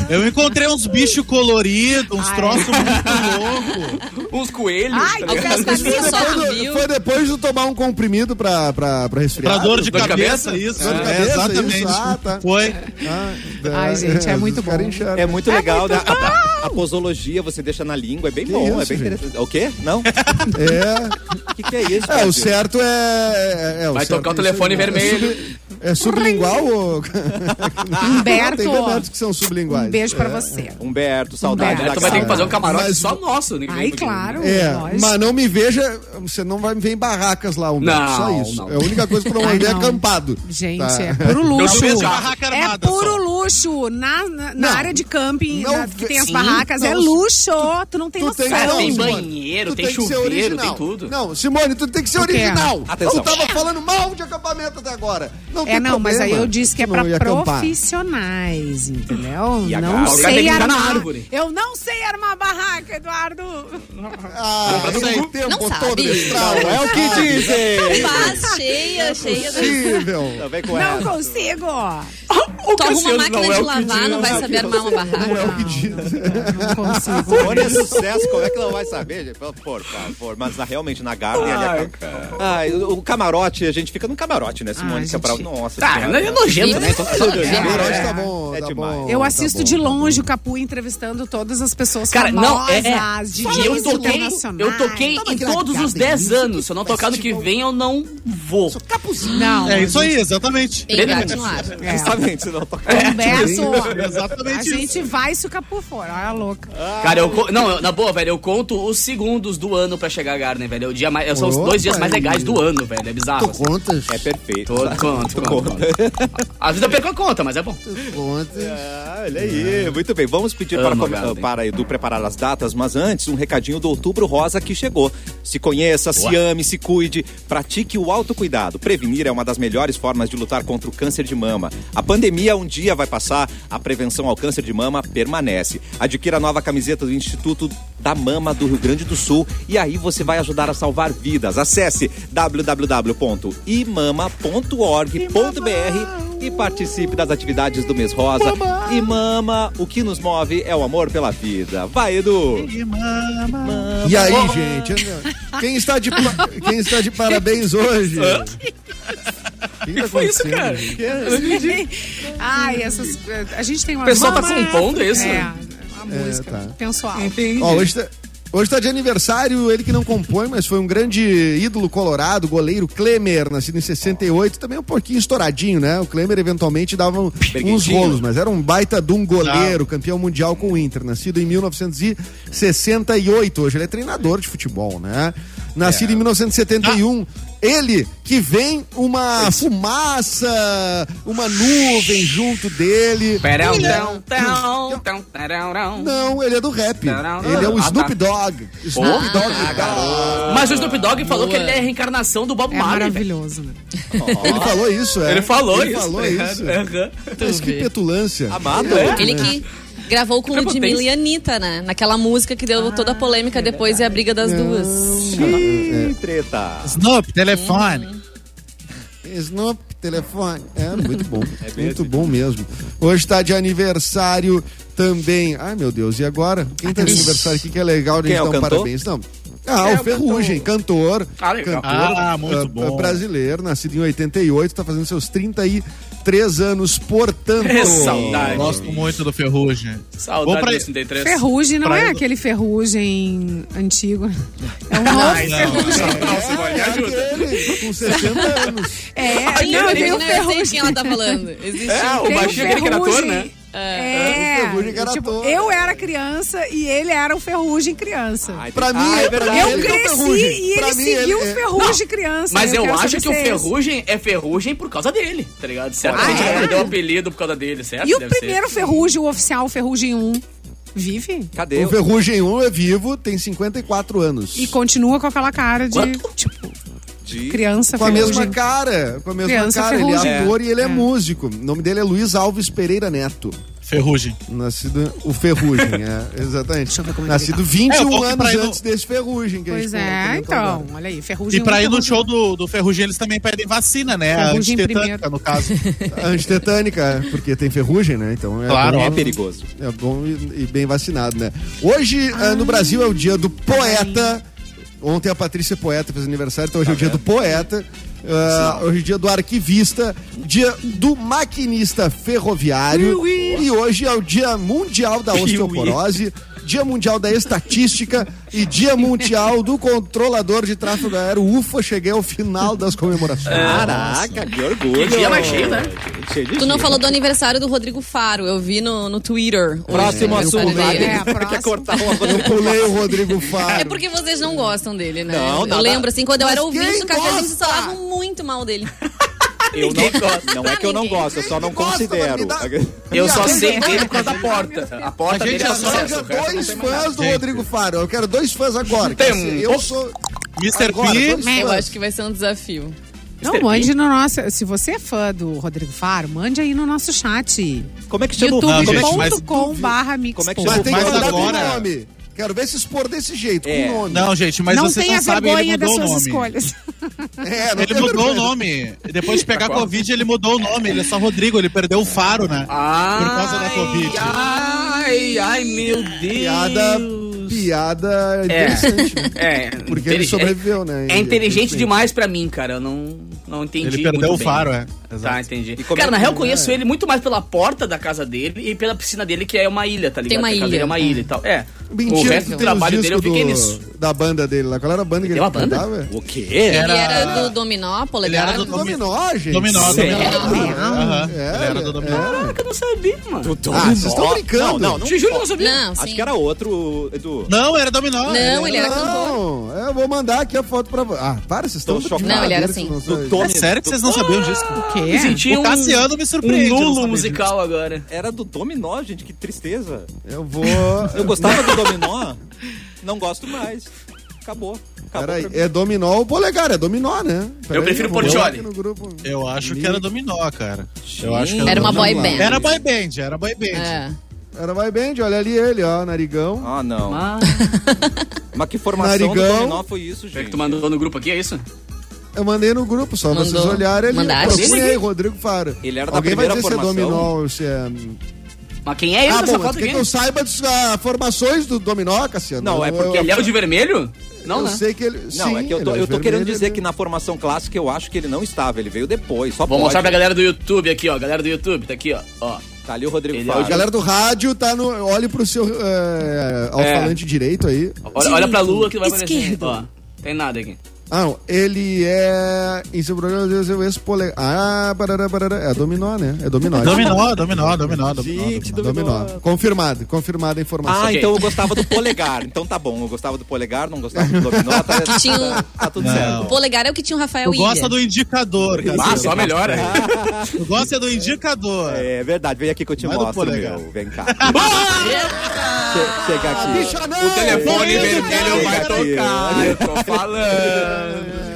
S6: Eu encontrei uns bichos coloridos, uns
S2: Ai.
S6: troços muito loucos.
S3: Uns coelhos.
S2: Ai,
S3: tá
S2: que
S3: ligado?
S5: Algumas
S2: Mas
S4: Foi
S5: caminhas só
S4: depois,
S5: tu
S4: do,
S5: viu.
S4: foi depois de tomar um comprimido pra, pra, pra resfriar.
S6: Pra dor de
S3: Dor de
S6: cabeça,
S3: cabeça?
S6: isso.
S4: Dor de
S6: é,
S4: cabeça,
S6: exatamente.
S4: isso. Ah, tá.
S6: Foi.
S4: Ah,
S2: Ai, gente, é
S4: os
S2: muito
S4: caras
S2: bom.
S4: enxergam.
S1: É muito legal, né? A- A, a posologia você deixa na língua, é bem bom, é
S4: isso,
S1: bem
S4: gente?
S1: interessante. O quê? Não?
S4: É,
S1: O que, que é isso?
S4: é,
S1: Brasil?
S4: o certo é. é, é,
S3: Vai
S4: certo
S3: tocar o
S4: é isso
S3: telefone
S4: aí.
S3: vermelho.
S4: É, sub, é sublingual ou.
S2: Humberto.
S4: Tem verbetos que são sublinguais.
S2: Um beijo pra
S4: É.
S2: você.
S1: Humberto, saudade
S2: Humberto,
S3: Aí
S1: da
S3: tu vai ter que fazer um
S1: galera.
S3: camarote
S4: Mas-
S3: só nosso. né?
S2: Ai, claro.
S4: É,
S2: lógico.
S4: mas não me veja, você não vai me ver em barracas lá, Humberto,
S3: Não,
S4: só isso.
S3: não.
S4: É a única coisa que eu não vai
S2: Ai,
S4: ver é
S2: não.
S4: acampado.
S2: Gente,
S4: Tá.
S2: é puro
S6: Eu
S2: luxo.
S6: subi de barraca
S2: É
S6: armada.
S2: puro luxo. Na, na, na
S4: Não,
S2: área de camping,
S4: não
S2: na- que tem as
S4: sim,
S2: barracas, é
S4: não.
S2: luxo. Tu não tem
S4: Tu
S2: noção.
S4: tem um
S3: Cara,
S4: não,
S3: tem
S4: Simone.
S3: banheiro,
S4: Tu
S3: tem
S4: que ser
S3: chuveiro, tem
S4: original.
S3: tudo.
S4: Não, Simone, tu tem que ser
S2: quê?
S4: original.
S1: Atenção.
S4: Tu tava falando mal de acampamento até agora. Não
S2: É,
S4: tem
S2: não, mas aí
S4: problema.
S2: eu disse que é
S4: Tu não
S2: pra
S4: ia acampar.
S2: profissionais, entendeu?
S1: E a
S2: não
S1: galera-
S3: tem
S2: sei
S3: que ficar na
S2: armar.
S3: árvore.
S2: Eu não sei armar barraca, Eduardo.
S4: Ah, isso aí, tempo
S5: Não
S4: todo
S5: sabe.
S4: estralo.
S1: É
S3: um
S1: o
S3: Ah,
S1: que dizem!
S5: Paz cheia, cheia. da-
S4: Possível.
S3: Tá
S1: Então vem com
S2: Não
S1: essa.
S2: consigo.
S5: Tu arruma uma máquina
S3: é
S5: de
S3: o que
S5: lavar, não vai saber armar uma barraca.
S2: Não, não consigo.
S1: Olha é sucesso, como é que não vai saber, gente? Por favor, é mas na- realmente na Garden ali. a- Ai, o o camarote, a gente fica no camarote, né, Simone?
S2: Ah,
S1: Que é pra-
S2: gente,
S1: Nossa,
S3: Tá,
S1: senhora.
S3: não é nojento, né?
S4: Agora
S2: é.
S4: hoje tá bom.
S1: É
S4: tá
S1: demais.
S4: bom,
S2: Eu
S4: tá
S2: assisto
S4: bom.
S2: de longe o Capu entrevistando todas as pessoas
S3: Cara, não, é.
S2: famosas
S3: é.
S2: de
S3: Fala,
S2: dias
S3: eu toquei,
S2: internacionais.
S3: eu toquei
S4: Toma
S3: em
S4: aquela
S3: todos os
S4: cadelinha,
S3: 10 anos.
S4: que
S3: Se eu não
S4: vai
S3: tocar no
S4: ser
S3: que
S4: tipo-
S3: vem, eu não vou.
S4: Sou capuzinho.
S2: Não.
S6: É isso aí, exatamente.
S5: Engate no ar.
S2: É.
S1: Justamente, senão toca.
S2: Humberto, a
S6: Exatamente isso.
S2: gente vai se o Capu for. Olha a louca.
S3: Cara, eu. co- Não, eu- na boa, velho, eu conto os segundos do ano pra chegar a Garden, velho. É o dia mais, são os
S4: Opa,
S3: dois dias mais
S4: aí.
S3: legais do ano, velho. É bizarro.
S4: Tu
S3: assim.
S4: contas?
S1: É perfeito.
S3: Todo conto, conto. Às vezes eu perco a conta, mas é bom.
S4: Tu contas.
S1: Ah, olha aí. Muito bem, vamos pedir para,
S3: Amo
S1: come-
S3: Garden.
S1: para Edu preparar as datas, mas antes, um recadinho do Outubro Rosa que chegou. Se conheça, se ame, se cuide, pratique o autocuidado. Prevenir é uma das melhores formas de lutar contra o câncer de mama. A pandemia um dia vai passar, a prevenção ao câncer de mama permanece. Adquira a nova camiseta do Instituto da Mama do Rio Grande do Sul e aí você vai ajudar a salvar vidas. Acesse www.imama.org.br e participe das atividades do mês rosa. E mama, o que nos move é o amor pela vida. Vai, Edu!
S4: E aí, gente? Quem está de, pa- quem está de parabéns hoje? O tá que foi isso, cara?
S2: Ai, essas. A gente tem uma.
S3: O pessoal tá compondo isso?
S2: É, uma música.
S4: tá.
S2: Pensou alto.
S4: Ó, hoje tá... Hoje tá de aniversário, ele que não compõe, mas foi um grande ídolo colorado, goleiro Klemer, nascido em 68, também um pouquinho estouradinho, né? O Klemer eventualmente dava um- uns
S1: Briguentinho.
S4: rolos, mas era um baita de um goleiro, campeão mundial com o Inter, nascido em 1968. Hoje ele é treinador de futebol, né? Nascido em 1971, ele que vem uma fumaça, uma nuvem junto dele.
S3: Perão,
S4: Ele é-
S3: tão, tão, tão, tararão.
S4: não, ele é do rap.
S3: Não, não,
S4: Ele é o
S3: não. Ah, tá
S4: Snoop Dogg. Snoop Dogg.
S3: Mas o Snoop Dogg falou
S5: Boa.
S3: que ele é a reencarnação do Bob
S2: É
S3: Marley. velho.
S2: maravilhoso, né?
S4: Ele falou isso, é.
S3: Ele falou
S4: Ele
S3: isso.
S4: falou
S3: tá ligado?
S4: isso.
S3: Aham.
S4: Mas que petulância.
S1: Amado!
S5: Ele que gravou com o Jimmy e Anitta, né? Naquela música que deu toda a polêmica depois e a briga
S4: É.
S5: das duas.
S1: Ih, treta!
S6: Snoop,
S2: Hum.
S6: telefone.
S4: Snoop, telefone. É, muito bom.
S1: bem
S4: muito bom mesmo. Hoje tá de aniversário também. Ai, meu Deus, e agora? Quem tá de aniversário aqui que é legal de
S1: Quem é
S4: gente
S1: o
S4: dar um
S1: cantor?
S4: parabéns? Não. Ah, o Ferrugem, cantor.
S3: Ah, legal.
S4: cantor
S6: Ah, muito
S4: ah,
S6: bom.
S4: Brasileiro, nascido em 88, tá fazendo seus 33 anos, portanto.
S3: É saudade.
S6: Gosto muito do Ferrugem. Vou
S3: Saudade
S6: pra-
S3: do 63.
S2: Ferrugem não
S6: Praia
S2: é
S6: do-
S2: aquele ferrugem antigo. É um novo ferrugem.
S3: Nossa, vai, me ajuda.
S4: Aquele com 60 anos.
S2: É,
S3: Ai,
S2: não,
S3: eu
S2: tem
S5: Eu
S2: o
S5: não sei
S2: ferrugem.
S5: de quem ela tá falando. Existe.
S3: É, o
S2: Tem
S3: baixinho que ele era ator, né?
S2: É,
S4: o Ferrugem que era
S2: tipo,
S4: ator.
S2: eu era criança e ele era o Ferrugem criança.
S4: Pra mim,
S1: Ah,
S4: é
S1: é
S4: pra
S1: verdade.
S4: mim,
S2: eu
S4: ele é o
S2: cresci
S4: Ferrugem.
S2: e ele
S4: Pra mim,
S2: seguiu
S4: ele é-
S2: o Ferrugem criança.
S3: Mas eu,
S2: quero
S3: acho
S2: saber
S3: que o
S2: se é esse.
S3: Ferrugem é Ferrugem por causa dele, tá ligado? Certamente
S2: Ah, é?
S3: ele deu o apelido por causa dele, certo?
S2: E o
S3: Deve ser.
S2: primeiro Ferrugem, o oficial Ferrugem 1, vive?
S1: Cadê?
S4: O Ferrugem 1 é vivo, tem 54 anos.
S2: E continua com aquela cara de,
S3: Quanto?
S2: tipo,
S1: De-
S2: criança
S4: com a mesma
S2: Ferrugem.
S4: cara, com a mesma
S2: Criança
S4: cara. Ele é
S2: Ferrugem.
S4: ator e ele é. músico. O nome dele é Luiz Alves Pereira Neto.
S6: Ferrugem.
S4: Nascido. O Ferrugem, é, exatamente.
S2: Deixa eu ver como ele
S4: Nascido
S6: É, eu
S4: 21
S6: vou
S4: anos
S6: pra ir no-
S4: antes desse Ferrugem. Que a gente
S2: Pois é,
S4: comentou
S2: então.
S4: agora.
S2: Olha aí, Ferrugem
S6: E pra
S2: 1,
S6: ir no
S2: Ferrugem um.
S6: show do, do Ferrugem, eles também pedem vacina, né? A
S2: Ferrugem
S6: antitetânica,
S2: primeiro.
S6: no caso.
S4: A Antitetânica, porque tem ferrugem, né? Então é
S6: Claro,
S4: bom,
S1: É perigoso.
S4: é bom e, e bem vacinado, né? Hoje, ah, no Brasil, é o dia do poeta. Ontem a Patrícia é Poeta fez aniversário, então hoje é o dia do poeta. Ah, hoje é o dia do arquivista, dia do maquinista ferroviário. E hoje é o dia mundial da osteoporose, dia mundial da estatística e dia mundial do controlador de tráfego aéreo. Ufa, cheguei ao final das comemorações.
S5: É.
S1: Caraca, que orgulho.
S3: Que dia mais cheio, né?
S1: Cheio de
S5: Tu não
S1: gente.
S5: falou do aniversário do Rodrigo Faro, eu vi no, no Twitter. hoje,
S1: Próximo
S5: né, o
S1: assunto.
S5: aniversário dele.
S2: É, próximo.
S1: Quer cortar uma coisa?
S4: Eu pulei o Rodrigo Faro.
S5: É porque vocês não gostam dele, né?
S1: Não,
S5: eu
S1: nada.
S5: lembro, assim, quando eu
S4: Mas
S5: era
S4: quem
S5: ouvinte do cafezinho, vocês
S4: gosta?
S5: falavam muito mal dele.
S1: Eu não, não é que eu não
S5: Ninguém.
S1: gosto, eu só não
S4: Gosta, mas me
S1: considero.
S4: dá-
S3: Eu só
S4: Me
S3: sei dele por causa da porta. A porta
S6: A gente
S3: dele é
S6: já
S3: sucesso.
S4: Olha,
S3: cara.
S4: dois fãs do Rodrigo Faro. Eu quero dois fãs agora.
S3: Tem
S4: Quer dizer,
S3: um.
S4: Eu sou.
S6: Mr.
S4: Agora,
S6: P.
S4: dois
S5: Eu
S4: fãs.
S5: acho que vai ser um desafio.
S2: Não, mande no nosso. Se você é fã do Rodrigo Faro, mande aí no nosso chat.
S1: Como é que chama o
S6: Não, gente,
S1: Como é
S6: mas-
S2: youtube.com.barra
S1: Como é que
S4: Mas
S1: chama
S4: tem que
S6: Mas
S4: mandar com um
S6: agora-
S4: nome. Quero ver se expor desse jeito,
S1: É.
S4: com um nome.
S6: Não, gente, mas
S2: Não
S6: vocês
S2: tenha
S6: não sabem, ele
S2: vergonha das
S6: mudou o
S2: suas
S6: nome.
S2: escolhas.
S4: É, não
S6: Ele
S4: tem
S6: mudou o
S4: vergonha.
S6: nome. Depois de pegar a Covid, ele mudou o nome. Ele é só Rodrigo, ele perdeu o faro, né?
S3: Ah,
S6: Por causa da Covid.
S3: Ai, ai, meu Deus.
S4: Piada. Piada interessante. né?
S3: É,
S4: Porque ele
S3: intelig-
S4: sobreviveu, né?
S3: É, é inteligente
S4: Infelizmente.
S3: demais pra mim, cara. Eu não, não entendi.
S6: Ele perdeu
S3: muito
S6: o
S3: bem.
S6: faro, é.
S3: Tá, entendi.
S1: como
S3: Cara,
S1: é
S3: na
S1: que-
S3: real, eu conheço ele muito mais pela porta da casa dele e pela piscina dele, que é uma ilha, tá ligado?
S5: uma
S3: Que a casa
S5: ilha.
S3: dele é uma ilha e tal. É. o
S4: Mentira,
S3: resto
S4: que
S3: do
S4: tem os
S3: trabalho dele eu
S4: discos
S3: fiquei
S4: do-
S3: nisso.
S4: da banda dele lá. Qual era a banda que
S3: Tem
S4: ele
S3: uma banda?
S4: cantava?
S1: O
S3: É,
S1: quê?
S5: Ele era do Dominó, Polegar.
S6: era do Dominó.
S4: Dominó, gente.
S6: Dominó,
S3: Sério?
S6: dominó. Aham, Ele era do dominó.
S3: Caraca, eu não sabia, mano.
S4: Ah, vocês estão brincando.
S1: Não, não, não.
S3: Te juro que eu não sabia.
S5: Não,
S1: Acho
S5: sim.
S1: que era outro, Edu.
S6: Não, era dominó.
S5: Não, ele era cantor.
S4: Não, eu vou mandar aqui a foto pra vocês. Ah, para, vocês estão
S1: Tô chocado.
S5: Não, ele era assim.
S1: Do
S6: É
S1: Domi-
S6: sério
S1: do-
S6: que vocês não sabiam disso?
S2: Que
S3: Me senti
S6: O
S3: um-
S6: Cassiano me
S3: Um
S6: surpreende. eu não
S3: nulo
S6: sabia disso.
S3: musical agora.
S1: Era do Dominó, gente, que tristeza.
S4: Eu vou.
S1: Eu gostava do Dominó, não gosto mais. Acabou. Acabou
S4: Peraí,
S1: pra mim.
S4: é dominó ou polegar? É dominó, né? Peraí,
S3: prefiro
S4: vou
S3: Portioli.
S4: botar aqui no grupo.
S6: Eu acho que era dominó, cara. Eu acho que
S5: Era uma
S4: Vamos
S5: boy
S4: lá.
S5: band.
S6: Era boy band, era boy band.
S5: É.
S4: Era vai band, olha ali ele, ó, narigão.
S1: Ah, não.
S3: Ah.
S1: Mas que formação do
S4: Narigão.
S1: Dominó foi isso,
S3: Será que
S1: gente?
S3: tu mandou no grupo aqui, é isso?
S4: Eu mandei no grupo, só
S5: Mandou.
S4: vocês olharem ali.
S5: Mandaste?
S4: Procurem
S3: Ele-
S4: aí, Rodrigo Faro.
S1: Ele era da
S4: Alguém
S1: primeira
S4: vai dizer
S1: formação?
S4: se é dominó ou se é...
S3: Mas quem é ele
S4: ah,
S3: nessa
S4: bom, mas
S3: foto
S4: quer
S3: aqui?
S4: que eu saiba das ah, formações do dominó, Cassiano?
S1: Não, é porque
S4: eu,
S3: Ele é o de vermelho? Não,
S4: eu
S3: né?
S4: sei que ele... né?
S1: Não, é que eu tô, eu tô querendo dizer que na formação clássica eu acho que ele não estava, ele veio depois. Só
S3: Vou
S1: pode.
S3: mostrar pra galera do YouTube aqui, ó. Galera do YouTube, tá aqui, ó. ó.
S1: Tá ali o Rodrigo
S3: Ele é o
S1: Faro.
S4: A galera do rádio tá no... Olhe pro seu
S1: É.
S4: eh, alto-falante direito aí.
S3: Olha, olha pra lua que vai aparecer.
S5: Esquerdo.
S3: Ó, tem nada aqui.
S4: Ah, não, ele é... Em seu programa, às vezes, eu ex polegar... Ah, barará, barará. É dominó, né? É dominó.
S6: Dominó, dominó, dominó, dominó.
S1: Gente,
S6: dominó.
S4: Dominó. Confirmado, confirmada
S1: Ah,
S4: a informação.
S3: Ok.
S1: então eu gostava do polegar. Então tá bom, eu gostava do polegar, não gostava do dominó. Tá,
S5: Tinha um-
S1: tá- tá tudo
S6: Não.
S5: O
S1: certo.
S5: Polegar é o que tinha o Rafael
S6: Tu gosta
S5: Ilha.
S6: do indicador, cara.
S3: Ah, só melhora.
S6: Tu gosta do indicador.
S1: É verdade, vem aqui que eu te
S6: Vai do
S1: mostro,
S6: polegar.
S1: meu. Vem cá. Che- Chega aqui.
S4: Bicha, não!
S3: é.
S4: Não, não, não, não.
S3: tocar, eu tô falando.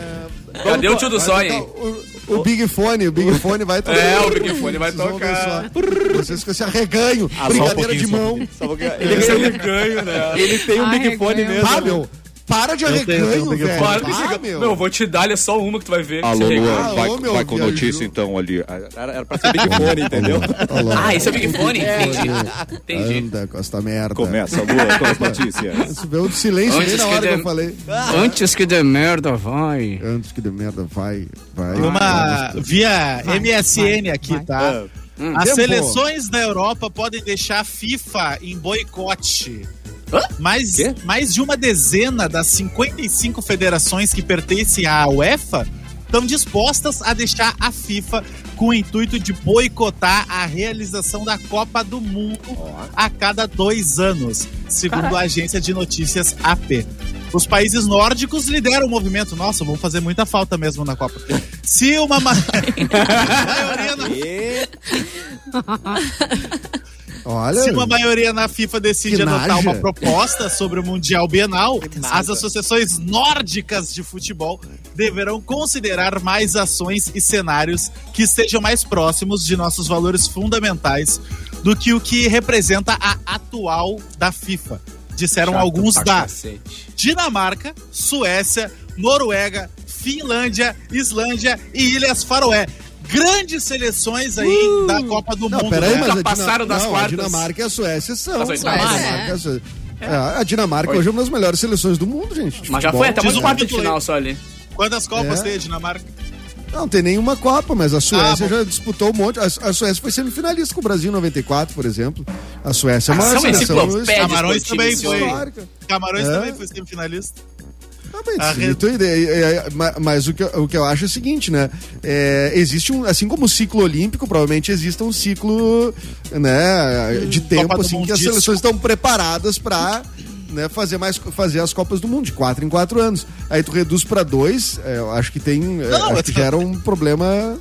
S3: Cadê é o tio do zóio,
S4: Então,
S3: hein?
S4: o, o Big Fone, o Big Fone vai tocar.
S3: É, o Big Fone vai
S4: Vocês vão ver
S3: tocar.
S4: só. Vocês com esse arreganho,
S1: Ah, só um
S4: brincadeira de
S6: pouquinho, só um
S4: mão.
S1: Só porque-
S3: Então,
S1: Ele ganhou um ganho, né? Ele tem um
S2: Ah,
S1: Big
S2: reganho.
S1: Fone mesmo.
S4: Ah, meu, para de
S6: tenho, eu tenho
S4: arreganho,
S6: Big
S4: velho.
S6: Fone.
S3: Para de
S4: Ah,
S3: chegar.
S4: meu.
S3: Meu, eu vou te dar, olha só uma que tu vai ver.
S7: Alô,
S3: Você
S7: Luan,
S4: Alô,
S7: vai,
S4: meu,
S7: vai com
S4: viajou.
S7: notícia então ali.
S1: Era, era pra ser Big Fone, entendeu?
S3: Ah, esse é o Big Fone? Entendi. Entendi.
S4: Anda com esta merda.
S1: Começa, Lua, com as notícias.
S4: Isso veio do silêncio bem
S3: Antes
S4: na
S3: que
S4: hora que,
S3: dê-
S4: eu falei.
S3: Ah. Antes que dê merda, vai.
S4: Antes que de merda, vai, vai.
S6: Uma via MSN aqui,
S2: vai.
S6: tá? As
S4: Tempo.
S6: seleções da Europa podem deixar a FIFA em boicote.
S3: Hã?
S6: Mais,
S1: Quê?
S6: mais de uma dezena das 55 federações que pertencem à UEFA estão dispostas a deixar a FIFA com o intuito de boicotar a realização da Copa do Mundo a cada dois anos, segundo a agência de notícias AP. Os países nórdicos lideram o movimento. Nossa, vão fazer muita falta mesmo na Copa. Se uma ma- maioria na
S1: E...
S4: Olha,
S6: Se uma maioria na FIFA decide
S4: Que
S6: adotar
S4: naja.
S6: uma proposta sobre o Mundial Bienal, as associações nórdicas de futebol deverão considerar mais ações e cenários que estejam mais próximos de nossos valores fundamentais do que o que representa a atual da FIFA. Disseram alguns da Dinamarca, Suécia, Noruega, Finlândia, Islândia e Ilhas Faroé. Grandes seleções aí da Copa do
S4: Uh! Não,
S6: Mundo.
S4: peraí,
S6: né?
S4: mas a Dina-
S3: passaram das
S4: não,
S3: quartas.
S4: A Dinamarca e a Suécia são.
S3: As oitavas.
S4: A
S5: Suécia,
S4: Dinamarca,
S5: é.
S4: e a Suécia. É, a Dinamarca hoje é uma das melhores seleções do mundo, gente. de
S3: Mas já
S4: futebol.
S3: foi até mais
S6: Diz
S3: um
S6: o
S3: quarto de
S6: título aí.
S3: final só ali.
S6: Quantas Copas
S4: É.
S6: tem a Dinamarca?
S4: Não tem nenhuma Copa, mas a Suécia
S6: Ah, bom.
S4: já disputou um monte. A, a Suécia foi semifinalista com o Brasil em 94, por exemplo. A Suécia é uma
S3: Ah, São
S4: seleção
S3: enciclopédias.
S6: Camarões
S3: esportivo,
S6: também
S3: esse
S6: foi.
S3: homem.
S4: histórica.
S6: Camarões
S4: É.
S6: também foi semifinalista.
S4: Tá bem,
S6: A
S4: sim,
S6: re-
S4: tua ideia. É, é, ma- Mas o que, eu- o que eu acho é o seguinte, né? É, existe um, assim como o ciclo olímpico, provavelmente exista um ciclo, né, de tempo
S6: Hum, Copa do
S4: assim que as
S6: Mundisco.
S4: seleções estão preparadas para né, fazer mais fazer as Copas do Mundo de quatro em quatro anos. Aí tu reduz para dois, é, eu acho que tem, é,
S6: Não,
S4: acho
S6: eu
S4: que
S6: tô-
S4: gera um problema.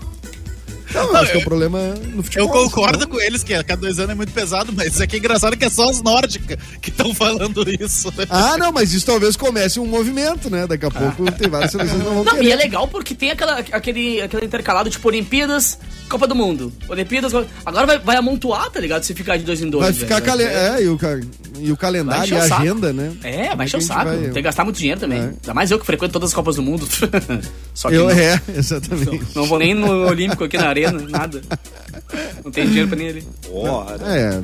S4: Não, eu acho que é um problema no futebol.
S6: Eu concordo com eles que a cada dois anos é muito pesado, mas é que é engraçado que é só as nórdicas que estão falando isso. né?
S4: Ah, não, mas isso talvez comece um movimento, né? Daqui a pouco
S6: Ah.
S4: tem várias seleções que não tipo- vão
S3: Não, e
S4: querer.
S3: é legal porque tem aquela, aquele, aquele intercalado, tipo, Olimpíadas, Copa do Mundo. Olimpíadas, Copa- agora vai, vai amontoar, tá ligado? Se ficar de dois em dois.
S4: Vai ficar
S3: velho.
S4: calen- é, e, o, ca- e o
S3: né? Vai
S4: calendário
S3: encher
S4: e
S3: o
S4: a
S3: saco.
S4: agenda, né?
S3: É, vai encher
S4: a
S3: o
S4: gente
S3: saco.
S4: vai-
S3: Tem que gastar muito dinheiro também.
S4: É.
S3: Ainda mais eu que frequento todas as Copas do Mundo. Só que
S4: Eu,
S3: não,
S4: é, exatamente.
S3: não vou nem no Olímpico aqui na Arena, nada. Não tem dinheiro pra nem ali.
S1: Ó,
S4: É.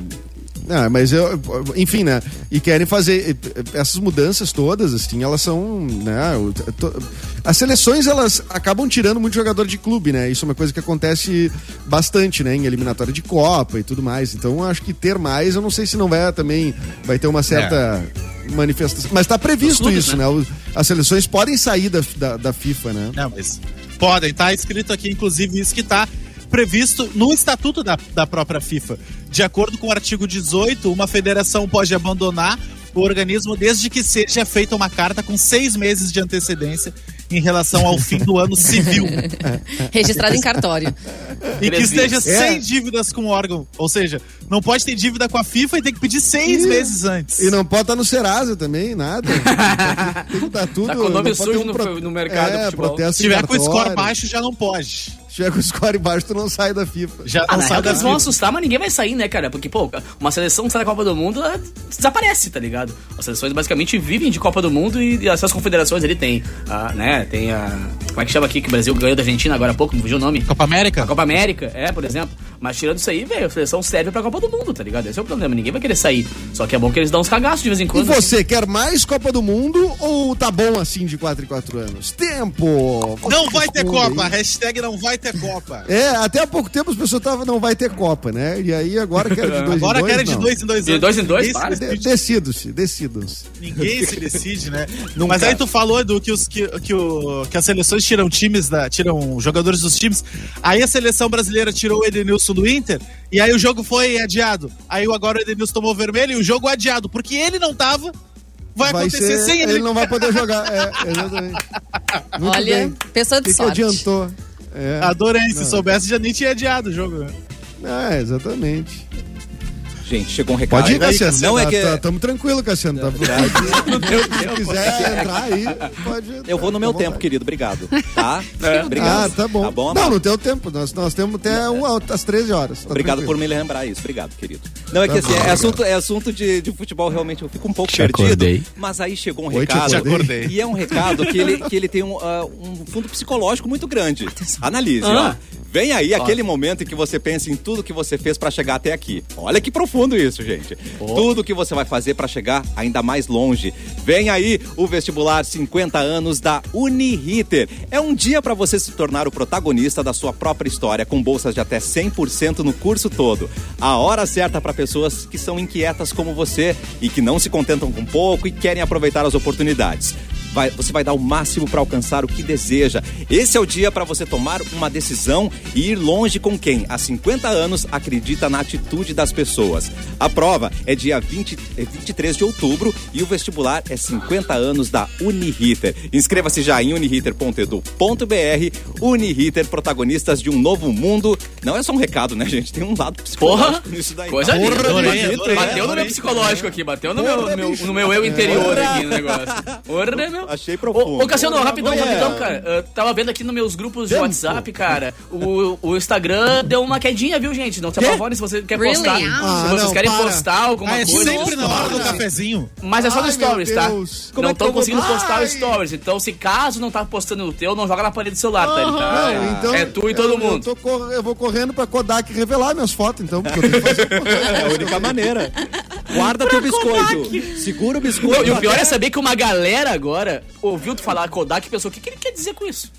S4: Ah, mas eu, enfim, né? E querem fazer essas mudanças todas, assim, elas são, né? eu tô- As seleções elas acabam tirando muito jogador de clube, né? Isso é uma coisa que acontece bastante, né? Em eliminatória de Copa e tudo mais. Então, eu acho que ter mais, eu não sei se não vai também vai ter uma certa manifestação. Mas está previsto
S3: clubes,
S4: isso, né? O- As seleções podem sair da, da, da FIFA, né?
S6: Não, mas podem, tá escrito aqui, inclusive, isso que tá previsto no estatuto da, da própria FIFA. De acordo com o artigo 18, uma federação pode abandonar o organismo desde que seja feita uma carta com seis meses de antecedência em relação ao fim do ano civil
S5: Registrado em cartório.
S6: e que
S3: Três
S6: esteja
S3: meses.
S4: É.
S6: sem dívidas com o órgão. Ou seja, não pode ter dívida com a FIFA e tem que pedir seis
S4: Ih.
S6: meses antes.
S4: E não pode estar no Serasa também, nada. Tem que estar tudo.
S3: Tá com o nome
S4: não pode
S3: sujo
S4: ter
S3: no-
S4: pro-
S3: no mercado do
S4: É,
S3: futebol.
S4: protesto
S6: Se tiver com o score
S4: cartório.
S6: baixo, já não pode.
S4: Se tiver com o score baixo, tu não sai da FIFA.
S6: Já
S3: Ah,
S6: não
S3: na
S6: sai
S3: real,
S6: da
S3: eles vão
S6: FIFA.
S3: assustar, mas ninguém vai sair, né, cara? Porque, pô, uma seleção que sai da Copa do Mundo, ela desaparece, tá ligado? As seleções basicamente vivem de Copa do Mundo e, e essas confederações ali tem, a, né, tem a... Como é que chama aqui que o Brasil ganhou da Argentina agora há pouco, não fugiu o nome?
S6: Copa América?
S3: A Copa América, é, por exemplo. Mas tirando isso aí, velho, a seleção serve pra Copa do Mundo, tá ligado? Esse é o problema, ninguém vai querer sair. Só que é bom que eles dão uns cagaços de vez em
S4: E
S3: quando. né?
S4: você, quer mais Copa do Mundo ou tá bom assim de 4 em 4 anos? Tempo! Você
S6: Não vai ter
S4: responde
S6: Copa.
S4: aí.
S6: Hashtag não vai ter Copa.
S4: É, até há pouco tempo as pessoas estavam, não vai ter Copa, né? E aí agora que era de dois em
S6: Agora
S4: dois,
S6: que era de
S4: não.
S6: dois em dois
S3: De
S6: anos. é
S3: dois em dois,
S6: Ninguém se
S3: para.
S4: De-
S6: decide,
S4: Decidam-se, decidam-se.
S6: Ninguém se decide, né? Mas aí tu falou, Edu, que, os, que, que, o- que as seleções tiram times, da, tiram jogadores dos times. Aí a seleção brasileira tirou o Edenilson do Inter, e aí o jogo foi adiado. Aí o- agora o Edenilson tomou vermelho e o jogo adiado, porque ele não tava. Vai, acontecer
S4: ser-
S6: sem
S4: ele.
S6: ele.
S4: não vai poder jogar. É, exatamente. Muito
S5: Olha,
S4: bem.
S5: pessoa
S4: O
S5: de
S4: que, que
S5: sorte.
S4: adiantou? É,
S6: Adorei, se
S4: Não.
S6: soubesse já nem tinha adiado o jogo. né?
S4: é, exatamente.
S1: Gente, chegou um recado.
S4: É. Pode ir,
S1: aí.
S4: Cassiano.
S1: Não é que...
S4: Tá, tamo tranquilo, Cassiano. Tá, se quiser entrar aí, pode.
S1: Eu vou no meu
S4: Tá bom,
S1: tempo,
S4: vai.
S1: querido. Obrigado. Tá? Obrigado.
S4: Ah, tá bom.
S1: Tá bom,
S4: não,
S1: amado?
S4: no teu tempo. Nós, nós temos até um, às 13 horas. Tá
S1: Obrigado por
S4: tranquilo.
S1: me lembrar isso. Obrigado, querido. Não, é
S4: Tá
S1: que assim,
S4: bom,
S1: é
S4: obrigado.
S1: assunto, é assunto de, de futebol, realmente eu fico um pouco
S7: Te
S1: perdido.
S7: acordei.
S1: Mas aí chegou um
S4: Oi, te
S1: recado.
S6: acordei.
S1: E é um recado que ele, que ele tem um, ah, um fundo psicológico muito grande. Analise,
S3: Ah.
S1: ó. Vem aí aquele momento em que você pensa em tudo que você fez pra chegar até aqui. Olha que profundo isso, gente. Tudo que você vai fazer pra chegar ainda mais longe. Vem aí o vestibular 50 anos da Uniriter. É um dia pra você se tornar o protagonista da sua própria história com bolsas de até 100% no curso todo. A hora certa pra pessoas que são inquietas como você e que não se contentam com pouco e querem aproveitar as oportunidades. Vai- você vai dar o máximo para alcançar o que deseja. Esse é o dia para você tomar uma decisão e ir longe com quem, há 50 anos, acredita na atitude das pessoas. A prova é dia 20, é 23 de outubro e o vestibular é 50 anos da Uniriter. Inscreva-se já em uniriter.edu.br. Uniriter, protagonistas de um novo mundo. Não é só um recado, né, gente? Tem um lado
S3: Porra,
S1: psicológico nisso daí. tá
S3: coisa linda.
S6: Porra, adorei,
S3: Bateu
S6: adorei,
S3: bateu no
S6: adorei.
S3: meu psicológico aqui, bateu no,
S4: Porra,
S3: meu, meu-
S4: bicho.
S3: no meu eu interior aqui no negócio. Porra, meu.
S1: Achei profundo.
S3: Ô, ô Cassiano,
S1: Porra,
S3: rapidão,
S1: mulher.
S3: rapidão, cara. Eu tava vendo aqui nos meus grupos de
S1: Tempo.
S3: WhatsApp, cara. O, o Instagram deu uma quedinha, viu, gente? Não se apavore se você quer
S5: Really?
S3: postar.
S5: Ah,
S3: se vocês
S4: não,
S3: querem
S4: para.
S3: postar alguma
S6: Ah, é
S3: coisa.
S6: sempre na hora do cafezinho.
S3: Mas é só
S4: Ai,
S3: no Stories,
S4: meu
S3: tá?
S4: Deus.
S1: Como
S3: não
S1: é que eu
S3: estão
S1: vou-
S3: conseguindo postar
S4: Ai.
S3: o Stories. Então, se caso não tá postando o teu, não joga na parede do celular, tá? Ele tá-
S4: Não, então,
S3: é tu e todo
S4: eu- Eu,
S3: mundo.
S4: tô cor- eu vou correndo pra Kodak revelar minhas fotos, então. Porque eu tenho que fazer
S1: É a única maneira. Guarda teu biscoito. Segura o biscoito.
S3: Não, e o pior é saber que uma galera agora ouviu tu falar Kodak e pensou, o que, que ele quer dizer com isso?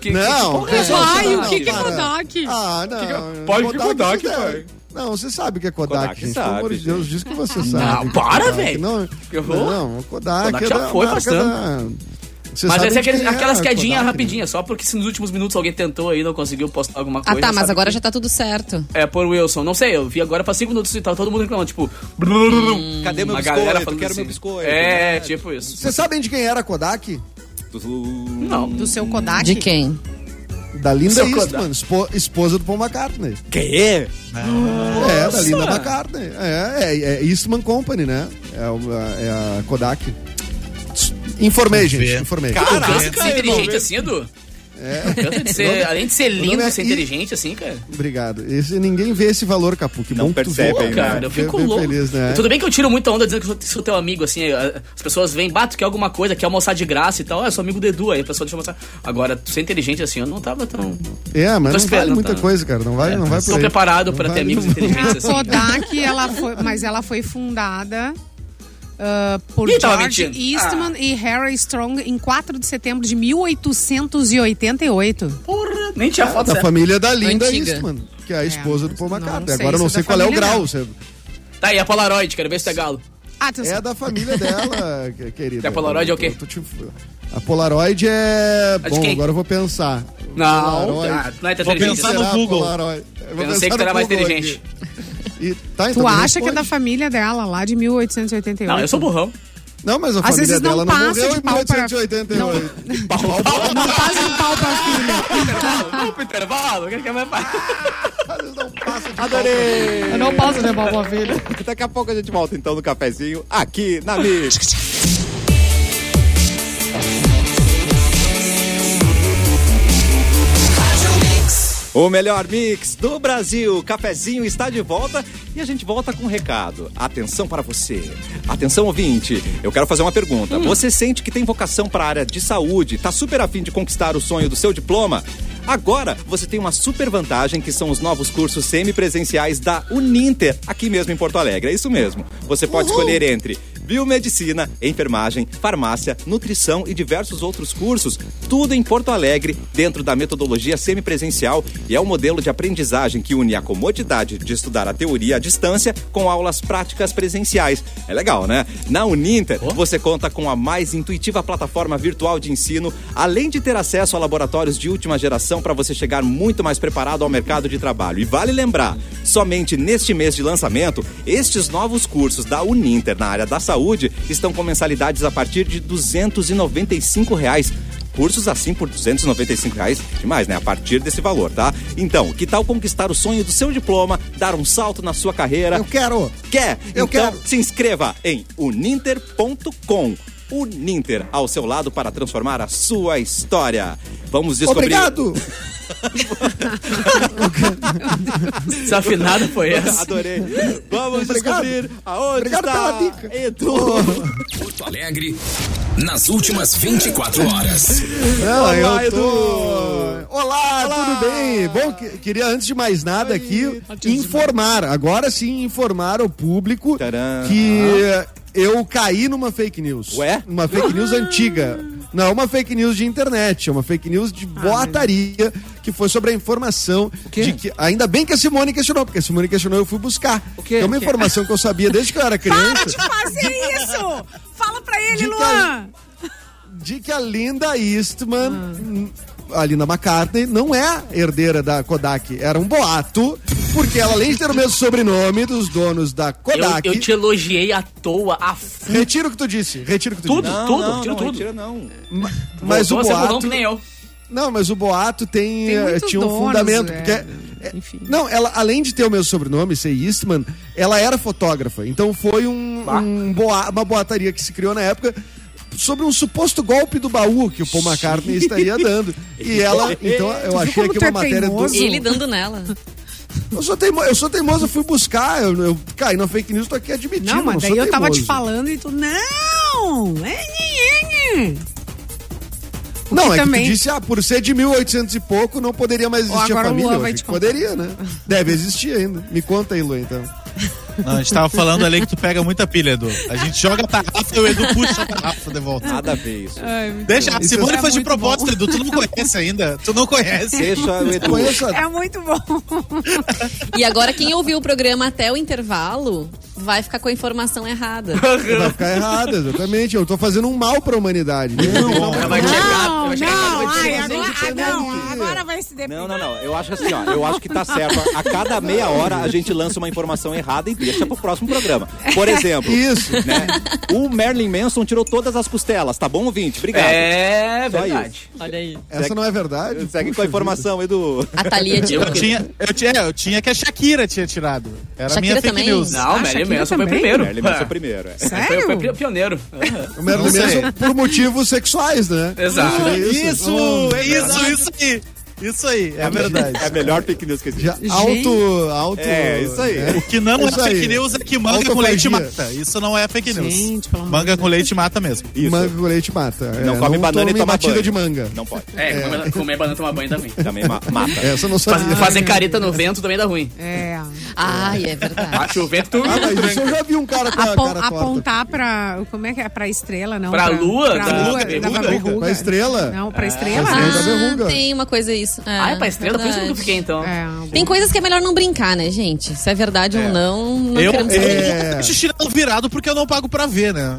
S3: Que- que-
S4: Não,
S3: que porra é essa?
S2: Ai, o que que é
S4: Para.
S2: Kodak?
S4: Ah, não.
S3: Pode que Kodak,
S4: você
S3: pai.
S4: deve. Não, você sabe o que é Kodak,
S1: Kodak
S4: gente.
S1: sabe,
S4: Pelo amor de Deus, diz que você sabe.
S3: Não, para,
S4: Kodak
S3: velho.
S4: Não,
S3: Que horror.
S4: não, o Kodak,
S3: Kodak
S4: é
S3: já
S4: da
S3: foi
S4: marca
S3: passando.
S4: da- Você
S3: Mas
S4: sabe
S3: essa é
S4: de
S3: aquelas,
S4: quem é
S3: aquelas
S4: a
S3: quedinhas
S4: Kodak, né?
S3: rapidinhas, só porque se nos últimos minutos alguém tentou aí e não conseguiu postar alguma
S5: Ah
S3: coisa.
S5: tá, mas
S3: sabe?
S5: agora já tá tudo certo.
S3: É, por Wilson, não sei, eu vi agora pra cinco minutos e tal, todo mundo reclamando, tipo...
S1: Cadê Hum, meu
S3: uma galera
S1: biscoito?
S3: falando
S1: Quero
S3: assim.
S1: meu biscoito. né?
S3: É, tipo isso.
S4: Vocês sabem de quem era a Kodak?
S3: Não.
S2: Do seu Kodak?
S5: De quem?
S4: Da Linda
S3: Seu
S4: Eastman, espo- esposa do Paul McCartney.
S1: Quê?
S4: É, da Linda McCartney. É, é, é Eastman Company, né? É, uma- é a Kodak. Informei,
S6: ver.
S4: gente, informei.
S3: Cara,
S1: Caraca,
S3: é inteligente assim, Edu? Tanto de ser- além de ser
S4: nome
S3: lindo,
S4: é
S3: ser
S4: I-
S3: inteligente, assim, cara.
S4: Obrigado. Esse, ninguém vê esse valor, Capu. Que
S1: Não
S4: bom que tu
S1: percebe né?
S4: vê,
S1: ainda.
S3: Cara, eu fico
S4: bem
S3: louco.
S4: feliz, né?
S3: Tudo bem que eu tiro muita onda dizendo que eu sou- sou teu amigo, assim. a- As pessoas vêm, bato que é alguma coisa, quer almoçar de graça e tal. Ah, eu sou amigo do Edu, aí a pessoa deixa eu mostrar. Agora, ser inteligente assim, eu não tava tão. Tô
S4: É, mas não vale
S3: esperando,
S4: muita
S3: tá?
S4: coisa, cara. Não vai, não vai por
S3: tô
S4: aí.
S3: preparado
S4: Não
S3: para ter
S4: vale,
S3: amigos
S4: não.
S3: inteligentes
S2: A
S3: assim.
S2: Kodak, ela foi, mas ela foi fundada ah, por
S3: Ih, tava
S2: George
S3: mentindo.
S2: Eastman e Harry Strong em 4 de setembro de 1888.
S3: Porra, nem tinha foto
S4: Da
S3: certa.
S4: família da Linda
S5: Antiga.
S4: Eastman, que é a esposa do Paul
S2: não
S4: McCartney.
S2: sei
S4: Agora eu não
S2: se
S4: sei
S2: da
S4: qual é o
S2: família,
S4: grau.
S2: não.
S4: se é-
S3: Tá aí a Polaroid, quero ver se tu é galo.
S2: Ah, tu-
S4: É da família dela, que-
S3: E
S4: querida.
S3: a Polaroid é o quê?
S4: Eu tô te- A Polaroid é.
S3: de
S4: Bom,
S3: quem? Tá
S4: agora eu vou pensar.
S3: Não,
S4: Polaroid.
S3: ah, tu não é tão
S6: Vou
S3: inteligente.
S6: pensar
S3: assim.
S6: no
S4: Será
S6: Google.
S4: Polaroid? Eu vou
S3: Eu não sei que
S4: pensar
S3: tu
S4: no
S3: era mais
S4: Google
S3: inteligente.
S4: aqui. E- tá,
S2: tu
S4: então não
S2: acha que é da
S4: responde.
S2: família dela, lá de 1888.
S3: Não, eu sou burrão.
S4: Não, mas a
S2: Às
S4: família
S2: vezes não
S4: dela não
S2: passa de
S4: morreu em
S2: pau pra-
S4: 1888.
S2: Não passa de pau pra filha.
S3: Vamos pro intervalo, o que é que é mais fácil?
S4: Às vezes não passa de pau
S1: Adorei!
S2: Eu não posso de pau pra filha.
S1: Daqui a pouco a gente volta então no cafezinho aqui na Mix. O melhor mix do Brasil, cafezinho está de volta e a gente volta com um recado. Atenção para você. Atenção ouvinte, eu quero fazer uma pergunta. Você sente que tem vocação para a área de saúde? Tá super afim de conquistar o sonho do seu diploma? Agora você tem uma super vantagem que são os novos cursos semipresenciais da Uninter, aqui mesmo em Porto Alegre. É isso mesmo. Você pode escolher entre biomedicina, enfermagem, farmácia, nutrição e diversos outros cursos, tudo em Porto Alegre, dentro da metodologia semipresencial e é um modelo de aprendizagem que une a comodidade de estudar a teoria à distância com aulas práticas presenciais. É legal, né? Na Uninter, você conta com a mais intuitiva plataforma virtual de ensino, além de ter acesso a laboratórios de última geração para você chegar muito mais preparado ao mercado de trabalho. E vale lembrar, somente neste mês de lançamento, estes novos cursos da Uninter na área da saúde estão com mensalidades a partir de R$ 295 reais. Cursos assim por R$ 295 reais, demais, né? A partir desse valor, tá? Então, que tal conquistar o sonho do seu diploma, dar um salto na sua carreira?
S4: Eu quero.
S1: Quer?
S4: Eu
S1: então,
S4: quero.
S1: se inscreva em uninter.com. Uninter, ao seu lado para transformar a sua história. Vamos descobrir.
S4: Obrigado!
S3: Desafinado foi essa.
S1: Adorei. Vamos
S4: Obrigado.
S1: descobrir aonde
S4: Obrigado
S1: está
S4: pela dica.
S1: Edu.
S7: Porto Alegre, nas últimas 24 horas.
S4: Não,
S1: Olá,
S4: eu tô...
S1: Edu.
S4: Olá, tudo bem? Bom, que- queria antes de mais nada aqui informar, agora sim informar ao público
S1: Tcharam.
S4: que eu caí numa fake news.
S1: Ué?
S4: Uma fake news antiga. Não é uma fake news de internet, é uma fake news de boataria que foi sobre a informação de que. Ainda bem que a Simone questionou, porque a Simone questionou eu fui buscar. É uma informação que eu sabia desde que eu era
S2: Para de
S4: criança.
S2: fazer isso! Fala pra ele,
S4: Dica-
S2: Luan!
S4: de que a Linda Eastman, hum, a Linda McCartney, não é herdeira da Kodak. Era um boato, porque ela, além de ter o mesmo sobrenome dos donos da Kodak.
S3: Eu, eu te elogiei à toa, a f...
S4: Retiro o que tu disse, retiro o que tu
S3: Tudo?
S4: disse.
S1: Não,
S3: Tudo,
S1: não,
S3: tira
S1: não,
S3: tudo.
S1: retira não.
S4: Ma- Mas
S3: Voltou
S4: o
S3: a ser burrão
S4: boato.
S3: que nem eu.
S4: Não, mas o boato tem,
S2: Tem
S4: eh,
S2: muitos
S4: tinha um
S2: donos,
S4: fundamento,
S2: é.
S4: porque é- é-
S2: Enfim.
S4: Não, ela além de ter o meu sobrenome, ser Eastman, ela era fotógrafa. Então foi um,
S2: Ah.
S4: um boa- uma boataria que se criou na época sobre um suposto golpe do baú que o Paul McCartney estaria dando. E ela, então eu achei
S2: como
S4: aqui
S2: tu
S4: uma
S2: é
S4: matéria do
S2: teimoso?
S5: Ele dando nela.
S4: Eu sou teimoso, eu sou teimoso, eu fui buscar, eu, eu caí na fake news, tô aqui admitindo,
S2: Não, mas
S4: sou
S2: daí eu tava te
S4: teimoso.
S2: falando e tu. Não! É, é, é.
S4: Não,
S2: que
S4: é
S2: também-
S4: que tu disse, ah, por ser de 1800 e pouco, não poderia mais existir
S2: agora
S4: a
S2: o
S4: família.
S2: Luan
S4: Eu
S2: vai
S4: achei
S2: te
S4: que
S2: contar.
S4: poderia, né? Deve existir ainda. Me conta aí, Luan, então.
S6: Não, a gente tava falando ali que tu pega muita pilha, Edu. A gente joga a tarrafa e o Edu puxa a tarrafa de volta.
S1: Nada a ver Ah, isso.
S6: Deixa, a
S4: Isso
S6: Simone
S2: é
S6: foi de
S2: muito
S6: propósito,
S2: bom.
S6: Edu. Tu não conhece ainda. Tu não conhece.
S1: Deixa o Edu.
S4: Conheço a
S2: É muito bom.
S5: E agora quem ouviu o programa até o intervalo vai ficar com a informação errada.
S4: Vai ficar errado, exatamente. Eu tô fazendo um mal pra humanidade. Não,
S3: Ela vai chegar, ela
S2: Não,
S3: vai chegar e ela
S2: não,
S3: vai dizer,
S2: ai,
S3: "Mas
S2: agora,
S3: gente,
S2: ah, não, agora vai se defender.
S1: Não, não, não. Eu acho assim, ó. Eu acho que tá certo. A cada meia hora a gente lança uma informação errada e deixa pro próximo programa. Por exemplo,
S4: Isso.
S1: né? O Merlin Manson tirou todas as costelas, tá bom, ouvinte? Obrigado.
S3: É
S1: Só
S3: verdade.
S5: Olha aí.
S4: Essa não é verdade.
S1: Segue com a informação, Edu.
S5: A Thalia de
S6: é, Eu tinha, eu, tinha, eu tinha que a Shakira tinha tirado. Era a minha
S5: Shakira
S6: fake
S5: também?
S6: news.
S3: Não,
S2: Acha
S3: Merlin Manson foi o
S2: também?
S3: primeiro.
S1: Marilyn Manson é o
S3: É.
S1: primeiro. é.
S3: Foi, foi pri-
S2: Sério?
S3: pioneiro. É.
S4: O Merlin Manson por motivos sexuais, né?
S3: Exato.
S4: Ah,
S1: Isso!
S6: É isso, isso aí. Isso aí, é verdade.
S1: É a melhor fake news que existe.
S4: Já
S2: Gente.
S4: alto, alto.
S1: É, isso aí.
S6: O que não é
S4: Isso aí.
S6: fake news é que manga com
S4: Autofagia.
S6: leite mata. Isso não é fake news.
S2: Gente, pelo amor
S6: manga com leite mata mesmo.
S1: Isso.
S4: Manga com leite mata. É,
S1: Não come banana e
S4: tome
S1: toma
S4: batida
S1: banho.
S4: de manga.
S1: Não pode.
S3: É, comer- comer banana e tomar banho também.
S1: Também ma- mata.
S4: Essa eu não sabia.
S3: Faz- Fazer careta no vento também dá ruim.
S2: É.
S5: Ai, é verdade.
S3: Bate o vento, tu...
S4: Ah, mas isso eu já vi um cara com a
S2: Apon-
S4: cara torta.
S2: apontar pra. Como é que é? Pra estrela, não?
S3: Pra lua É.
S2: Pra
S3: da
S2: lua
S3: verruga?
S2: da verruga.
S4: Pra estrela?
S2: Não, pra estrela.
S4: estrela da
S2: né?
S4: verruga.
S5: Ah, tem uma coisa isso.
S3: Ah, é pra estrela? Por isso que eu
S5: verdade.
S3: nunca fiquei, então.
S2: É.
S5: Tem coisas que é melhor não brincar, né, gente? Se é verdade ou não, não
S6: Eu
S5: queremos saber.
S4: É,
S6: xixi no virado porque eu não pago pra ver, né?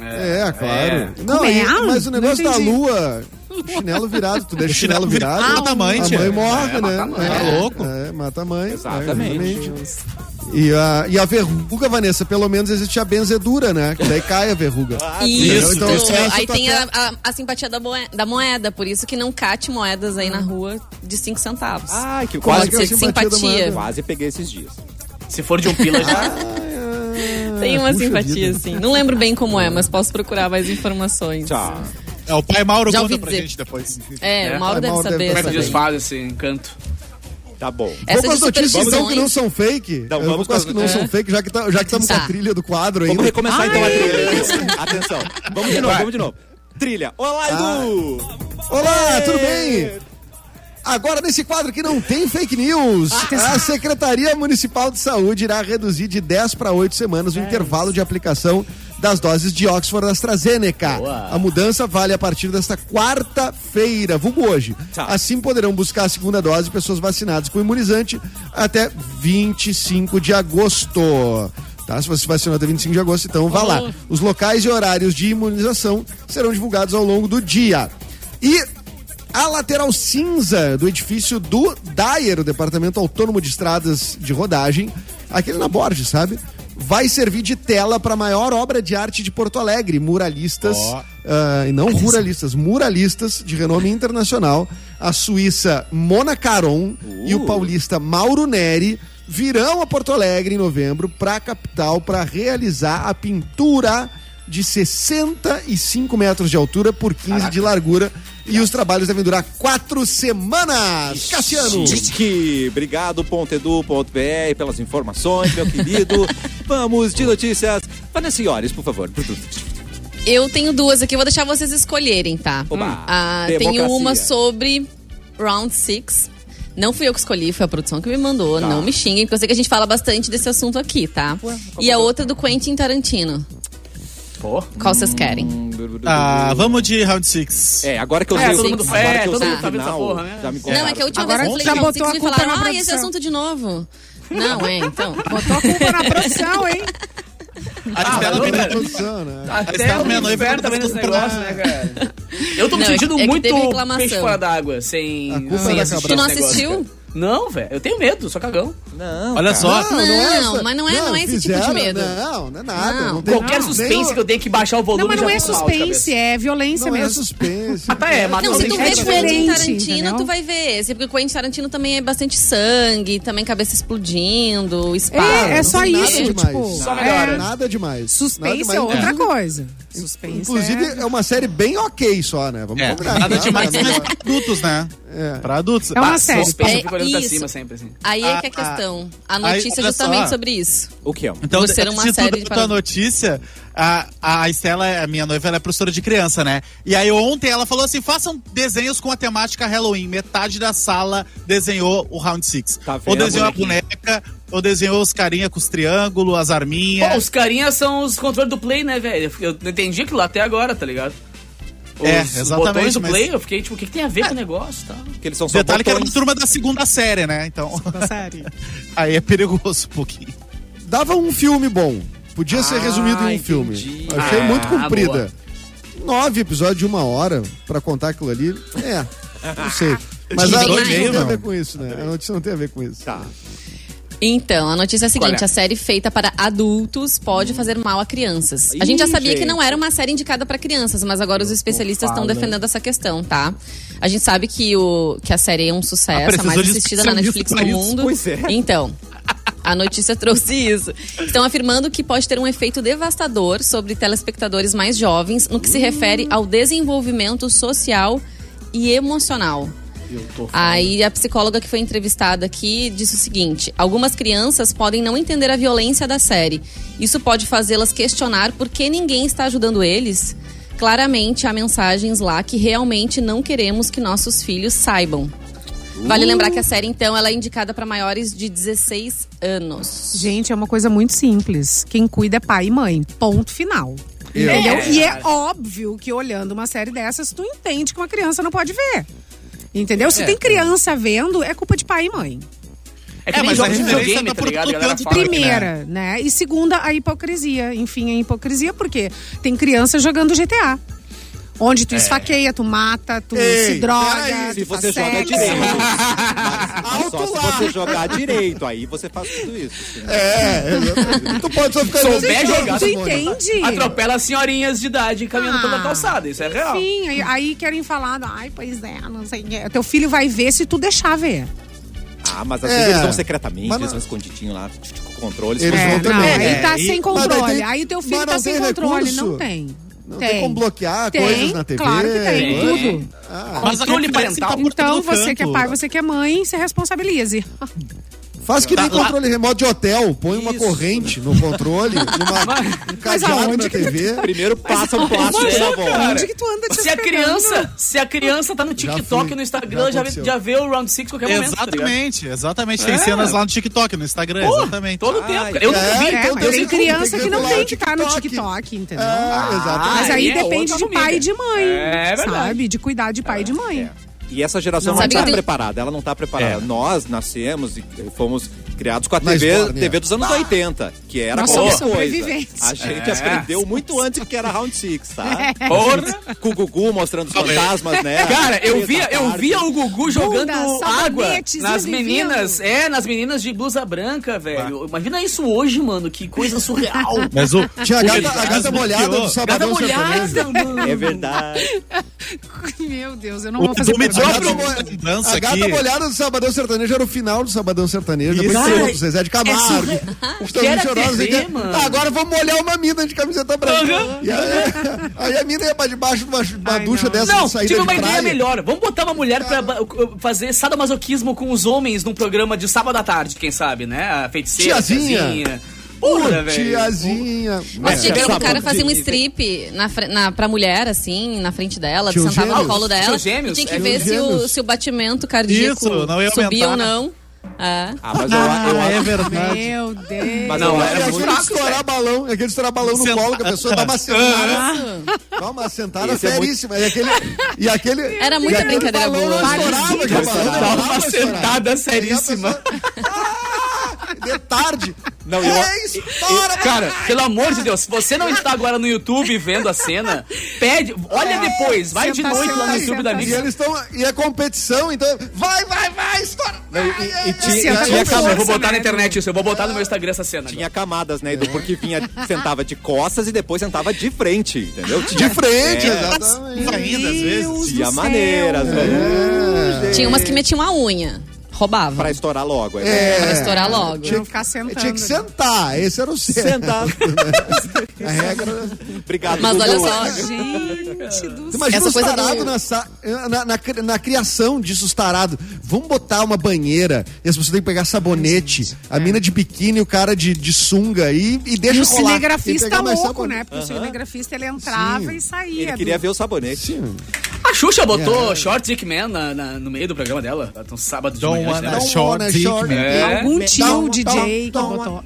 S4: é, claro. Não,
S2: Como é?
S4: e- mas o
S2: Não
S4: negócio da
S2: entendi. Ah,
S4: lua, chinelo virado, tu deixa o chinelo
S6: Chinelo virado,
S4: virado.
S6: mata a mãe,
S4: a
S6: tia.
S4: mãe
S1: É,
S4: morre, né?
S6: Tá louco?
S4: É, mata a mãe.
S1: Exatamente.
S4: é, E a, e a verruga, Vanessa, pelo menos existe a benzedura, né? Que daí cai a verruga.
S5: Isso,
S4: Então, essa
S5: aí
S4: tu
S5: tem a,
S4: até-
S5: a- a simpatia da, moe- da moeda, por isso que não cate moedas aí na rua de 5 centavos.
S1: Ai, que quase,
S5: Pode
S4: que é a
S5: ser de
S4: simpatia da
S5: simpatia.
S1: quase peguei esses dias.
S3: Se for de um pila, já...
S5: Tem uma
S4: Ah, Puxa
S5: simpatia,
S4: vida.
S5: sim. Não lembro bem como é, mas posso procurar mais informações.
S1: Tchau.
S6: É, o pai Mauro
S5: Já
S6: conta
S5: ouvi
S6: pra
S5: dizer.
S6: gente depois.
S5: É,
S3: É.
S5: o Mauro
S4: Ah,
S5: deve
S4: Mauro deve
S5: saber.
S3: Como é que
S5: também.
S3: eles fazem esse encanto?
S1: Tá bom.
S5: Essas
S4: vamos com as notícias então que não
S5: superstições.
S4: são fake.
S1: Então,
S4: Eu vou
S1: vamos
S4: com
S1: com
S4: as que
S1: as-
S4: não
S1: é.
S4: são fake, já que tá- já que estamos com
S5: Tá.
S4: a trilha do quadro ainda.
S1: Vamos recomeçar então a trilha. Atenção. Vamos de novo, vamos de novo. Trilha. Olá, Edu!
S4: Olá, tudo bem? Agora, nesse quadro que não tem fake news, a Secretaria Municipal de Saúde irá reduzir de 10 para 8 semanas o intervalo de aplicação das doses de Oxford AstraZeneca. A mudança vale a partir desta quarta-feira, vulgo hoje.
S1: Tá.
S4: Assim poderão buscar a segunda dose pessoas vacinadas com imunizante até 25 de agosto. Tá? Se você se vacinou até 25 de agosto, então vá lá. Os locais e horários de imunização serão divulgados ao longo do dia. E a lateral cinza do edifício do Dyer, o Departamento Autônomo de Estradas de Rodagem, aquele na Borges, sabe? Vai servir de tela para a maior obra de arte de Porto Alegre, muralistas,
S6: Ó.
S4: ah, e não ruralistas, muralistas de renome internacional, a suíça Mona Caron e o paulista Mauro Neri virão a Porto Alegre em novembro para a capital para realizar a pintura de 65 metros de altura por 15 de largura. E os trabalhos devem durar quatro semanas. Cassiano!
S1: Chique. Obrigado, .edu.br, pelas informações, meu querido. Vamos de notícias. Vanessa Iores, por favor.
S5: Eu tenho duas aqui, eu vou deixar vocês escolherem, tá?
S1: Oba,
S5: Ah,
S1: democracia.
S5: tenho uma sobre Round Six. Não fui eu que escolhi, foi a produção que me mandou. Não me xinguem, porque eu sei que a gente fala bastante desse assunto aqui, tá? e a outra do Quentin Tarantino.
S3: Pô.
S5: Qual vocês querem?
S6: Ah, vamos de round six.
S1: É, agora que eu
S3: É,
S1: sei
S3: todo
S1: o-
S3: mundo-
S1: agora que
S3: é,
S1: eu
S3: todo
S1: sei
S3: mundo
S1: o
S3: tá vendo essa
S1: final,
S3: porra, né?
S1: Já me
S5: Não, é que a última
S2: Agora
S5: vez que
S2: já
S5: eu falei Round
S2: botou
S5: Six,
S2: a
S5: me
S2: culpa
S5: falaram,
S2: na
S5: ah, esse
S2: produção."
S5: assunto de novo. Não, é, então.
S2: Botou a culpa na produção, hein?
S6: A Estela vem
S3: Mauro.
S4: Produção, né?
S3: Até
S6: Estela
S3: o
S6: Mello, eu
S3: inverno
S6: vou
S3: também nesse
S6: comprar.
S3: negócio, né, cara? Eu tô me
S5: Não, é que-
S3: sentindo
S5: é que
S3: muito
S5: teve reclamação.
S3: peixe fora d'água, sem,
S4: A culpa
S3: sem
S4: era
S3: assistir
S5: Tu não
S3: esse negócio,
S5: assistiu?
S3: cara. Não, velho. Eu tenho medo, sou cagão.
S1: Não,
S6: Olha só.
S5: Não, mas não é- não é esse tipo de medo.
S4: Não, não é nada.
S5: Não.
S4: Não, tem
S3: Qualquer
S4: não,
S3: suspense que eu tenho que baixar o volume
S2: Não, mas não
S3: já
S2: é
S3: fico mal de
S2: suspense,
S3: cabeça.
S2: é violência
S4: Não é
S2: mesmo.
S4: suspense.
S3: Ah, tá, é, mas
S5: Não,
S3: não
S5: se
S3: tem
S5: tu
S3: que
S5: vê
S2: é
S3: ser
S5: Quentin
S2: diferente,
S5: Tarantino,
S2: entendeu?
S5: tu vai ver esse. Porque o Quentin Tarantino também é bastante sangue, também cabeça explodindo, espada.
S2: É, é
S5: não
S2: só
S5: tem nada
S2: isso,
S5: de-
S4: demais.
S2: tipo.
S3: Só
S2: é,
S3: melhora.
S4: Nada demais. Nada
S2: suspense
S4: demais.
S2: é outra
S4: Inclusive-
S2: coisa. Suspense
S4: Inclusive,
S2: é...
S4: é uma série bem ok só, né? Vamos
S6: É,
S4: combinar.
S6: nada demais,
S4: né?
S6: mas pra adultos, né?
S4: É.
S6: Pra adultos. Tá,
S2: É uma
S6: Bah,
S2: série.
S6: só-
S3: Suspense,
S5: É
S3: eu fico olhando pra
S5: isso.
S3: cima sempre, assim.
S5: Aí é que é a
S6: Ah,
S5: questão. A
S6: Aí,
S5: notícia é
S6: olha
S5: justamente
S6: só.
S5: sobre isso.
S1: o que é?
S6: Então,
S5: Por ser uma
S6: antes de
S5: série
S6: tudo,
S5: de
S6: quanto à
S5: parada-
S6: notícia, a, a Estela, a minha noiva, ela é professora de criança, né? E aí ontem ela falou assim: façam desenhos com a temática Halloween. Metade da sala desenhou o Round Six.
S1: Tá
S6: ou
S1: vendo,
S6: desenhou a boneca, ou desenhou os carinha com os triângulos, as arminhas.
S3: Pô, os carinhas são os controles do Play, né, velho? Eu não entendi aquilo lá até agora, tá ligado? Os
S6: É, exatamente,
S3: botões do
S6: mas-
S3: Play, eu fiquei tipo, o que, que tem a ver com o negócio e tal?
S1: Que eles são só
S6: Detalhe que era um uma
S1: botões.
S6: turma da segunda série, né? Então,
S2: Sério.
S6: aí é perigoso um pouquinho.
S4: dava um filme bom. Podia ser resumido em um filme.
S1: entendi.
S4: Achei
S3: Ah,
S4: muito
S3: boa.
S4: comprida. Nove episódios de uma hora pra contar aquilo ali. É, não sei. Mas a
S5: Bem mais,
S4: notícia não tem a
S6: não.
S4: ver com isso, né? A notícia não tem a ver com isso.
S1: Tá.
S5: Então, a notícia é a seguinte:
S3: Qual é?
S5: a série feita para adultos pode fazer mal a crianças. A gente já
S1: Ih,
S5: sabia
S1: gente.
S5: que não era uma série indicada para crianças, mas agora os especialistas estão defendendo essa questão, tá? A gente sabe que, o, que a série é um
S6: Ah,
S5: sucesso, a
S6: precisou
S5: mais
S6: de
S5: assistida na Netflix
S6: especialista pra
S5: no
S6: isso.
S5: mundo.
S1: Pois é.
S5: Então. A notícia trouxe isso. Estão afirmando que pode ter um efeito devastador sobre telespectadores mais jovens no que se refere ao desenvolvimento social e emocional. Aí a psicóloga que foi entrevistada aqui disse o seguinte: algumas crianças podem não entender a violência da série. Isso pode fazê-las questionar por que ninguém está ajudando eles. Claramente há mensagens lá que realmente não queremos que nossos filhos saibam. Vale lembrar que a série, então, ela é indicada para maiores de 16 anos.
S2: Gente, é uma coisa muito simples. Quem cuida é pai e mãe. Ponto final. Entendeu? E é óbvio que olhando uma série dessas, tu entende que uma criança não pode ver. Entendeu? Se
S3: É.
S2: tem criança vendo, é culpa de pai e mãe.
S3: É
S6: É,
S3: que nem
S6: mas a
S3: jogo de
S6: diferença
S3: videogame,
S6: tá
S3: tá
S6: por
S3: ligado? A galera
S6: tanto
S3: fala que, né,
S2: Primeira, né? E segunda, a hipocrisia. Enfim, a hipocrisia, porque tem criança jogando GTA. Onde
S3: É.
S2: tu esfaqueia, tu mata, tu
S4: Ei,
S2: se droga,
S4: peraí,
S1: Se
S2: tu tá faz
S1: você joga
S2: sexo.
S1: direito. Mas Só
S4: Tá Alto
S1: se
S4: lá.
S1: você jogar direito, aí você faz tudo isso. assim, né?
S4: É, exatamente. tu pode só ficar
S3: Souber jogar,
S2: Tu
S3: Sim,
S2: entende?
S3: Atropela senhorinhas de idade caminhando
S2: Ah,
S3: pela calçada, isso é real.
S2: Enfim, aí, aí querem falar, ai, pois é, não sei o que. Teu filho vai ver se tu deixar ver.
S1: Ah, mas às
S4: É.
S1: vezes eles vão secretamente,
S4: Mas
S1: eles vão
S4: não-
S1: escondidinho lá, tch, tch, com controle.
S4: Eles
S1: escondido.
S4: vão
S2: É,
S4: ter
S2: não,
S4: medo.
S2: aí tá
S6: É, e-
S2: sem
S4: né? mas daí
S2: controle.
S4: tem-
S2: Aí teu filho
S4: mas
S2: tá
S4: não
S2: sem
S4: tem
S2: controle.
S4: recurso?
S2: Não tem.
S4: Não tem, como bloquear
S2: Tem,
S4: coisas na TV.
S2: claro que tem,
S4: coisa.
S2: tudo.
S6: Mas a
S3: Controle
S6: controle
S3: parental.
S6: parental.
S2: Então, você que é pai, você que é mãe, se responsabilize.
S4: Faz que nem
S6: Lá- lá-
S4: controle remoto de hotel. Põe uma corrente no controle, numa, um cadeado na TV.
S1: Primeiro passa o plástico
S3: Mas é,
S1: na
S4: Tá
S1: volta.
S3: cara.
S2: Onde que tu anda te
S3: Se a
S2: esfregando?
S3: é criança, se a criança tá no TikTok
S4: fui,
S3: e no
S4: já
S3: Instagram, já, vê,
S4: aconteceu.
S3: já vê o Round 6 qualquer momento. tá ligado?
S6: Exatamente, exatamente. Tem
S3: É.
S6: cenas lá no Tiktok, no Instagram,
S3: Pô,
S6: exatamente.
S3: Todo
S1: Ai,
S3: tempo. cara. Eu
S4: cara.
S3: não vi,
S4: É,
S3: então
S2: É, mas
S3: eu
S2: tem
S4: tem que-
S2: criança
S4: tem que
S2: que não
S4: regular
S2: tem
S4: o
S2: que estar no
S4: TikTok.
S2: TikTok, entendeu?
S4: Ah, exatamente.
S2: Mas
S3: Ah,
S2: aí
S3: é
S2: depende
S3: outra
S2: de pai
S3: família.
S2: e de mãe,
S3: É verdade. É.
S2: sabe? De cuidar de pai e de mãe.
S1: E essa geração
S5: Não,
S1: não,
S5: sabe que
S1: tá
S5: tem-
S1: preparada, ela não tá preparada. Nós nascemos e fomos criados com a
S4: É. Na
S1: TV,
S4: esbórnia.
S1: TV dos anos 80, que era
S2: Nós
S1: qualquer
S3: somos
S1: coisa.
S2: sobreviventes.
S1: A gente
S3: É.
S1: aprendeu muito antes que era Round Six,
S4: É.
S1: tá?
S3: Porra. Tá
S1: Com o Gugu mostrando os fantasmas, né?
S3: Cara, eu via, eu
S1: Tarde.
S3: via o Gugu jogando
S2: sabonetes, indo
S3: água nas
S2: e
S3: meninas. É, nas meninas de blusa branca, velho. Imagina isso hoje, mano. Que coisa surreal.
S6: Mas o.
S4: Tinha a gata,
S6: Exato.
S4: a gata molhada do
S3: Cada
S4: Sabadão Sertanejo.
S3: molhada, mano.
S1: É verdade.
S2: Meu Deus, eu não
S6: O
S2: vou fazer
S6: Edu me
S4: A
S2: pergunta.
S6: Só
S4: gata,
S6: pra uma
S4: mo-
S6: lembrança
S4: a gata
S6: aqui.
S4: molhada do Sabadão Sertanejo era o final do Sabadão Sertanejo. Depois
S6: Isso.
S4: tinha
S6: Cara,
S4: outro, Zezé de Camargo. Os Tão
S3: era
S4: Chorosos,
S3: TV,
S4: assim, que-
S3: mano.
S4: "Ah, agora vamos molhar uma mina de camiseta branca. E aí, aí a mina ia pra debaixo de uma, de uma
S2: Ai,
S4: ducha
S2: não.
S4: dessa
S3: Não,
S4: de saída
S3: tive
S4: de
S3: uma
S4: praia.
S3: ideia melhor. Vamos botar uma mulher pra ba- uh, fazer sadomasoquismo com os homens num programa de sábado à tarde, quem sabe, né? A feiticeira,
S4: Tiazinha.
S3: tiazinha.
S4: Pô,
S3: Porra, velho.
S4: tiazinha.
S5: Mas
S4: É.
S5: tinha que o
S1: Sabe,
S5: cara fazer um
S1: de-
S5: strip na, fre- na, pra mulher, assim, na frente dela,
S4: Tinha os
S5: sentava no
S4: gêmeos.
S5: colo dela.
S3: Tinha os gêmeos,
S5: E tinha que
S3: é.
S5: ver se
S4: Tinha os
S5: o,
S4: gêmeos.
S5: se o batimento cardíaco
S6: Isso, não ia
S5: subia ou
S6: aumentar.
S5: não. É.
S1: Ah, mas eu, eu
S6: Ah, é
S1: acho.
S6: verdade.
S2: Meu Deus.
S1: Mas
S3: Não,
S1: eu
S3: era
S1: acho
S4: É
S1: muito-
S4: aquele de estourar balão, é aquele de estourar balão no
S6: Senta-
S4: colo, que a pessoa dá uma sentada. Dá uma sentada
S1: Esse é muito-
S4: seríssima. E aquele. E aquele
S5: Era muita
S4: e aquele
S5: brincadeira
S4: balão
S5: boa.
S4: não estourava, que o balão não
S3: Dá uma
S4: dava pra estourar.
S3: sentada
S4: E aí a
S3: seríssima.
S4: pessoa- Ah, De tarde.
S1: Não, eu-
S4: é, estoura,
S3: Cara, pelo amor de Deus, se você não está agora no YouTube vendo a cena, pede, olha depois, vai de
S2: Senta,
S3: noite lá no
S2: senta,
S3: YouTube da
S2: senta,
S4: E
S3: Mix.
S4: eles estão. E é competição, então. Vai, vai, vai, estoura! Ai, ai,
S1: e tinha-
S4: ai. E
S2: tinha
S4: aí
S2: que
S4: a pessoa-
S2: acabar.
S3: Eu vou botar na
S2: Sério?
S3: internet isso, eu vou botar no meu Instagram essa cena.
S1: Tinha camadas, né, Edu? Porque vinha, sentava de costas e depois sentava de frente, entendeu?
S4: Ah, De frente,
S1: É.
S4: exatamente.
S6: Ainda, às
S2: Deus
S6: vezes.
S1: Tinha
S2: do
S1: maneiras, né?
S2: céu.
S4: É.
S1: velho.
S5: Tinha umas que metiam a unha. Roubava.
S1: Pra
S5: Pra,
S1: estourar logo. É.
S5: estourar logo.
S2: Pra não ficar sentando.
S4: Tinha que sentar, esse era o certo.
S1: Sentar.
S4: A regra.
S1: Obrigado,
S5: Mas
S1: Gugu.
S5: olha só,
S2: Gente do
S4: Tu imagina
S5: Essa
S4: os
S5: coisa do-
S4: tarados na, sa- na- na cri- na criação disso, os tarados. Vamos botar uma banheira e as pessoas têm que pegar sabonete. A mina de biquíni, o cara de, de sunga e, e deixa
S2: E o
S4: rolar. E
S2: cinegrafista
S4: pegar mais
S2: louco,
S4: sabonete.
S2: né? Porque o cinegrafista ele entrava
S4: Sim.
S2: e saía.
S1: Ele
S2: do-
S1: queria ver o sabonete.
S3: A Xuxa botou Short Dick Man na- na- no meio do programa dela, no sábado de manhã.
S6: Don't
S3: acho,
S6: wanna
S3: né?
S4: Don't um
S6: Short
S4: wanna
S6: dick,
S4: É short
S6: man.
S4: dick.
S3: É.
S2: Algum
S4: Dá
S2: tio
S4: um-
S2: DJ
S4: dá um-
S2: que
S4: dá um-
S2: botou.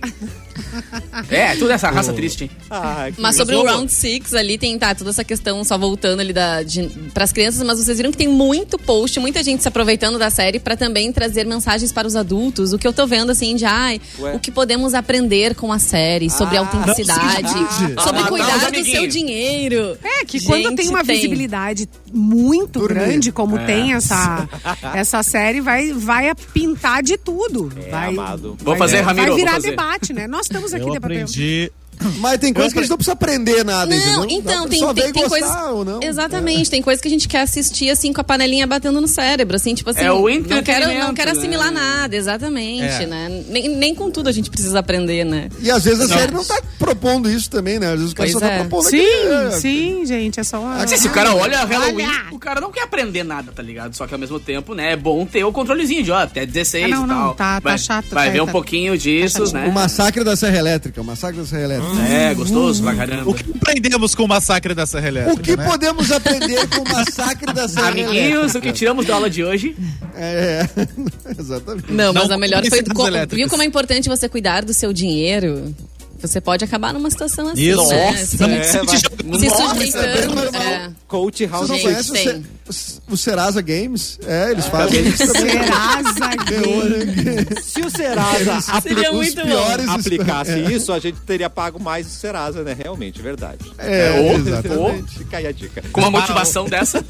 S3: É, tudo essa raça triste, hein?
S1: Ai, que
S5: Mas sobre o
S1: gostoso.
S5: Round Six ali, tem tá, toda essa questão, só voltando ali da, de, pras crianças, mas vocês viram que tem muito post, muita gente se aproveitando da série pra também trazer mensagens para os adultos. O que eu tô vendo, assim, de ai,
S1: Ué.
S5: o que podemos aprender com a série, sobre
S1: Ah,
S5: autenticidade,
S4: não se divide.
S5: sobre
S3: Ah,
S5: cuidar
S3: não,
S5: do
S3: amiguinho.
S5: seu dinheiro.
S2: É, que quando
S5: Gente,
S2: tem uma visibilidade muito
S4: Dormir.
S2: grande, como tem essa, essa série, vai, vai pintar de tudo. vai,
S1: amado.
S3: Vou
S2: vai- vai
S3: fazer, é, Ramiro, vou
S2: virar
S3: fazer.
S2: debate, né? Nós estamos aqui
S6: Eu
S2: debatendo.
S6: aprendi
S4: Mas tem coisa que a gente não precisa aprender nada,
S5: Não,
S4: entendeu?
S5: então,
S4: Dá-
S5: tem,
S4: só
S5: tem,
S4: vem
S5: tem
S4: gostar
S5: coisas.
S4: ou não.
S5: Exatamente, tem coisas que a gente quer assistir assim com a panelinha batendo no cérebro, assim, tipo assim.
S3: É o
S5: não quero, não quero
S3: entretenimento,
S5: assimilar
S3: né?
S5: nada, exatamente,
S6: É.
S5: né? Nem, nem com tudo a gente precisa aprender, né?
S4: E às vezes a série não tá propondo isso também, né? Às vezes o cara
S5: Pois
S4: só tá
S5: é.
S4: propondo
S2: Sim,
S4: aquele-
S2: sim, gente, é só uma...
S3: Assim, se o cara olha Halloween,
S2: Olha!
S3: o cara não quer aprender nada, tá ligado? Só que ao mesmo tempo, né, é bom ter o controlezinho de, ó, até 16
S2: Ah, não,
S3: e
S2: não,
S3: tal.
S2: tá- tá
S3: vai,
S2: chato,
S3: Vai
S2: tá-
S3: ver um
S2: tá-
S3: pouquinho disso,
S2: chato.
S3: né?
S4: É. O massacre da Serra Elétrica, o massacre da Serra Elétrica.
S3: É, gostoso pra caramba.
S6: O que aprendemos com o massacre da Serra Elétrica?
S4: É. O que
S6: né?
S4: podemos aprender com o massacre da Serra Elétrica?
S3: Amiguinhos, o que tiramos da aula de hoje?
S4: É, é. exatamente.
S5: Não, mas
S6: Não
S5: a melhor
S6: com
S5: foi.
S6: esses
S5: co-
S6: elétricos.
S5: viu como é importante você cuidar do seu dinheiro? Você pode acabar numa situação assim.
S6: Isso.
S5: né?
S6: Nossa,
S5: Se-
S6: vamos
S1: É,
S6: se
S1: vai.
S6: jogar.
S5: Se
S4: Nossa, isso é bem
S5: sujeitando.
S4: normal.
S5: é.
S1: Coach
S4: Vocês
S1: House
S4: não
S5: Gente,
S1: Kids.
S4: conhecem o, Ce- o Serasa Games? É, eles fazem
S3: também.
S4: isso também. é
S2: Serasa Gay.
S1: Se o Serasa
S5: Seria
S4: Os
S5: muito bom.
S4: piores É.
S1: aplicasse isso, a gente teria pago mais o Serasa, né? Realmente, verdade.
S4: É, exatamente.
S1: ou, fica aí a dica.
S3: Com uma motivação dessa.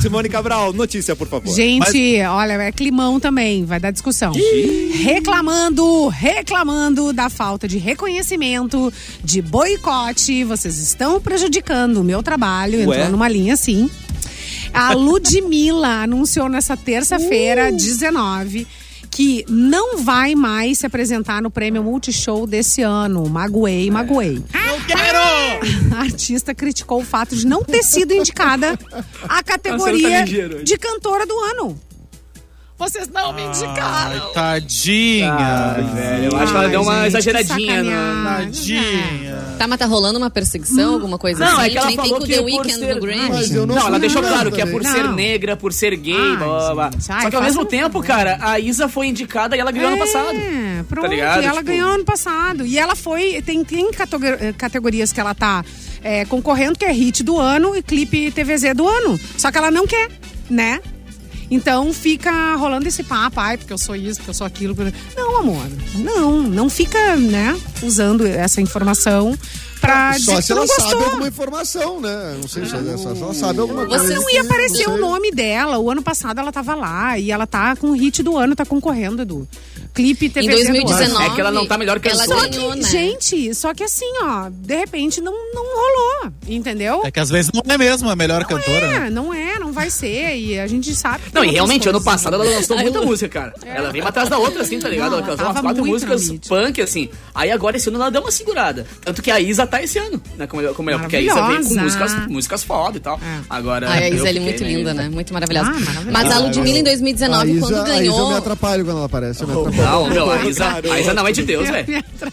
S1: Simone Cabral, notícia, por favor.
S2: Gente, olha, é climão também, vai dar discussão. Reclamando, reclamando da falta de reconhecimento, de boicote, vocês estão prejudicando o meu trabalho, entrou
S1: Ué?
S2: numa linha assim. A Ludmilla anunciou nessa terça-feira,
S1: Uh!
S2: 19, que não vai mais se apresentar no prêmio Multishow desse ano. Magoei, magoei.
S1: É.
S6: Não quero!
S2: A artista criticou o fato de não ter sido indicada à
S3: Marcelo
S2: categoria
S3: tá ligeiro hoje.
S2: de cantora do ano. Vocês não me indicaram.
S6: Ai, tadinha.
S1: É,
S3: velho, eu acho que ela
S2: Ai,
S3: deu uma
S2: gente,
S3: exageradinha.
S2: que
S3: No...
S2: sacanagem.
S6: Tadinha.
S5: Tá, mas tá rolando uma perseguição, alguma coisa
S3: Não,
S5: assim?
S3: é que ela
S5: nem
S3: falou
S5: tem com
S3: que
S5: The
S3: por
S5: Weeknd
S3: ser-
S5: no Grammy.
S4: Mas eu não
S3: Não, ela
S4: fui
S3: deixou
S4: nada
S3: claro que é
S4: também.
S3: por ser
S2: Não.
S3: negra, por ser gay,
S2: Ai,
S3: blá, blá, blá.
S2: gente, ai,
S3: Só que ao
S2: faça
S3: mesmo
S2: um
S3: tempo,
S2: favor.
S3: cara, a Isa foi indicada e ela ganhou ano passado.
S2: É, pronto.
S3: ligado?
S2: e ela
S3: Tipo-
S2: ganhou ano passado. E ela foi. Tem, tem catego- eh, categorias que ela tá eh, concorrendo, que é hit do ano e clipe TVZ do ano. Só que ela não quer, né? Então fica rolando esse papo, ai, porque eu sou isso, porque eu sou aquilo. porque- Não, amor. Não, não fica, né, usando essa informação pra dizer
S4: Só
S2: Ah, que
S4: se
S2: tu
S4: ela
S2: não
S4: sabe
S2: gostou.
S4: alguma informação, né? Não sei se ela, só se ela sabe alguma
S5: Ah,
S4: coisa.
S2: Você não ia
S5: é
S4: que-
S2: aparecer
S4: não
S2: o
S4: sei.
S2: nome dela. O ano passado ela tava lá e ela tá com o hit do ano, tá concorrendo, Edu. Clipe TV
S5: Em 2019.
S3: É que ela não tá melhor que
S5: ela
S3: as outras.
S2: Só
S5: ganhou,
S2: que,
S5: né?
S2: gente, só que assim, ó, de repente não, não rolou, entendeu?
S6: É que às vezes não é mesmo a melhor cantora. né?
S2: É, não é, não vai ser, e a gente sabe. que tem
S3: Não, e
S2: outras
S3: realmente, ano
S2: coisas.
S3: passado ela lançou
S5: Ai,
S3: muita
S5: eu-
S3: música, cara. É. Ela veio atrás da outra, assim, tá ligado?
S2: Não,
S3: ela
S2: ela
S3: lançou umas
S2: tava
S3: quatro
S2: muito
S3: músicas
S2: na mídia.
S3: punk, assim. Aí agora esse ano ela deu uma segurada. Tanto que a Isa tá esse ano, né? Como melhor, com melhor porque a Isa veio com
S2: Maravilhosa.
S3: músicas, músicas foda e tal.
S2: É.
S3: Agora.
S5: Ai, a
S3: eu
S5: Isa ela é
S3: fiquei
S5: muito
S3: meio-
S5: linda, né? Muito maravilhosa.
S2: Ah, maravilhosa.
S5: Mas a Ludmilla em
S4: A
S5: 2019,
S4: Isa,
S5: quando
S4: Ah, a Isa eu me
S5: ganhou.
S4: atrapalho quando ela aparece. Eu me atrapalho.
S3: Não, meu, a Isa, a Isa não é de Deus, velho.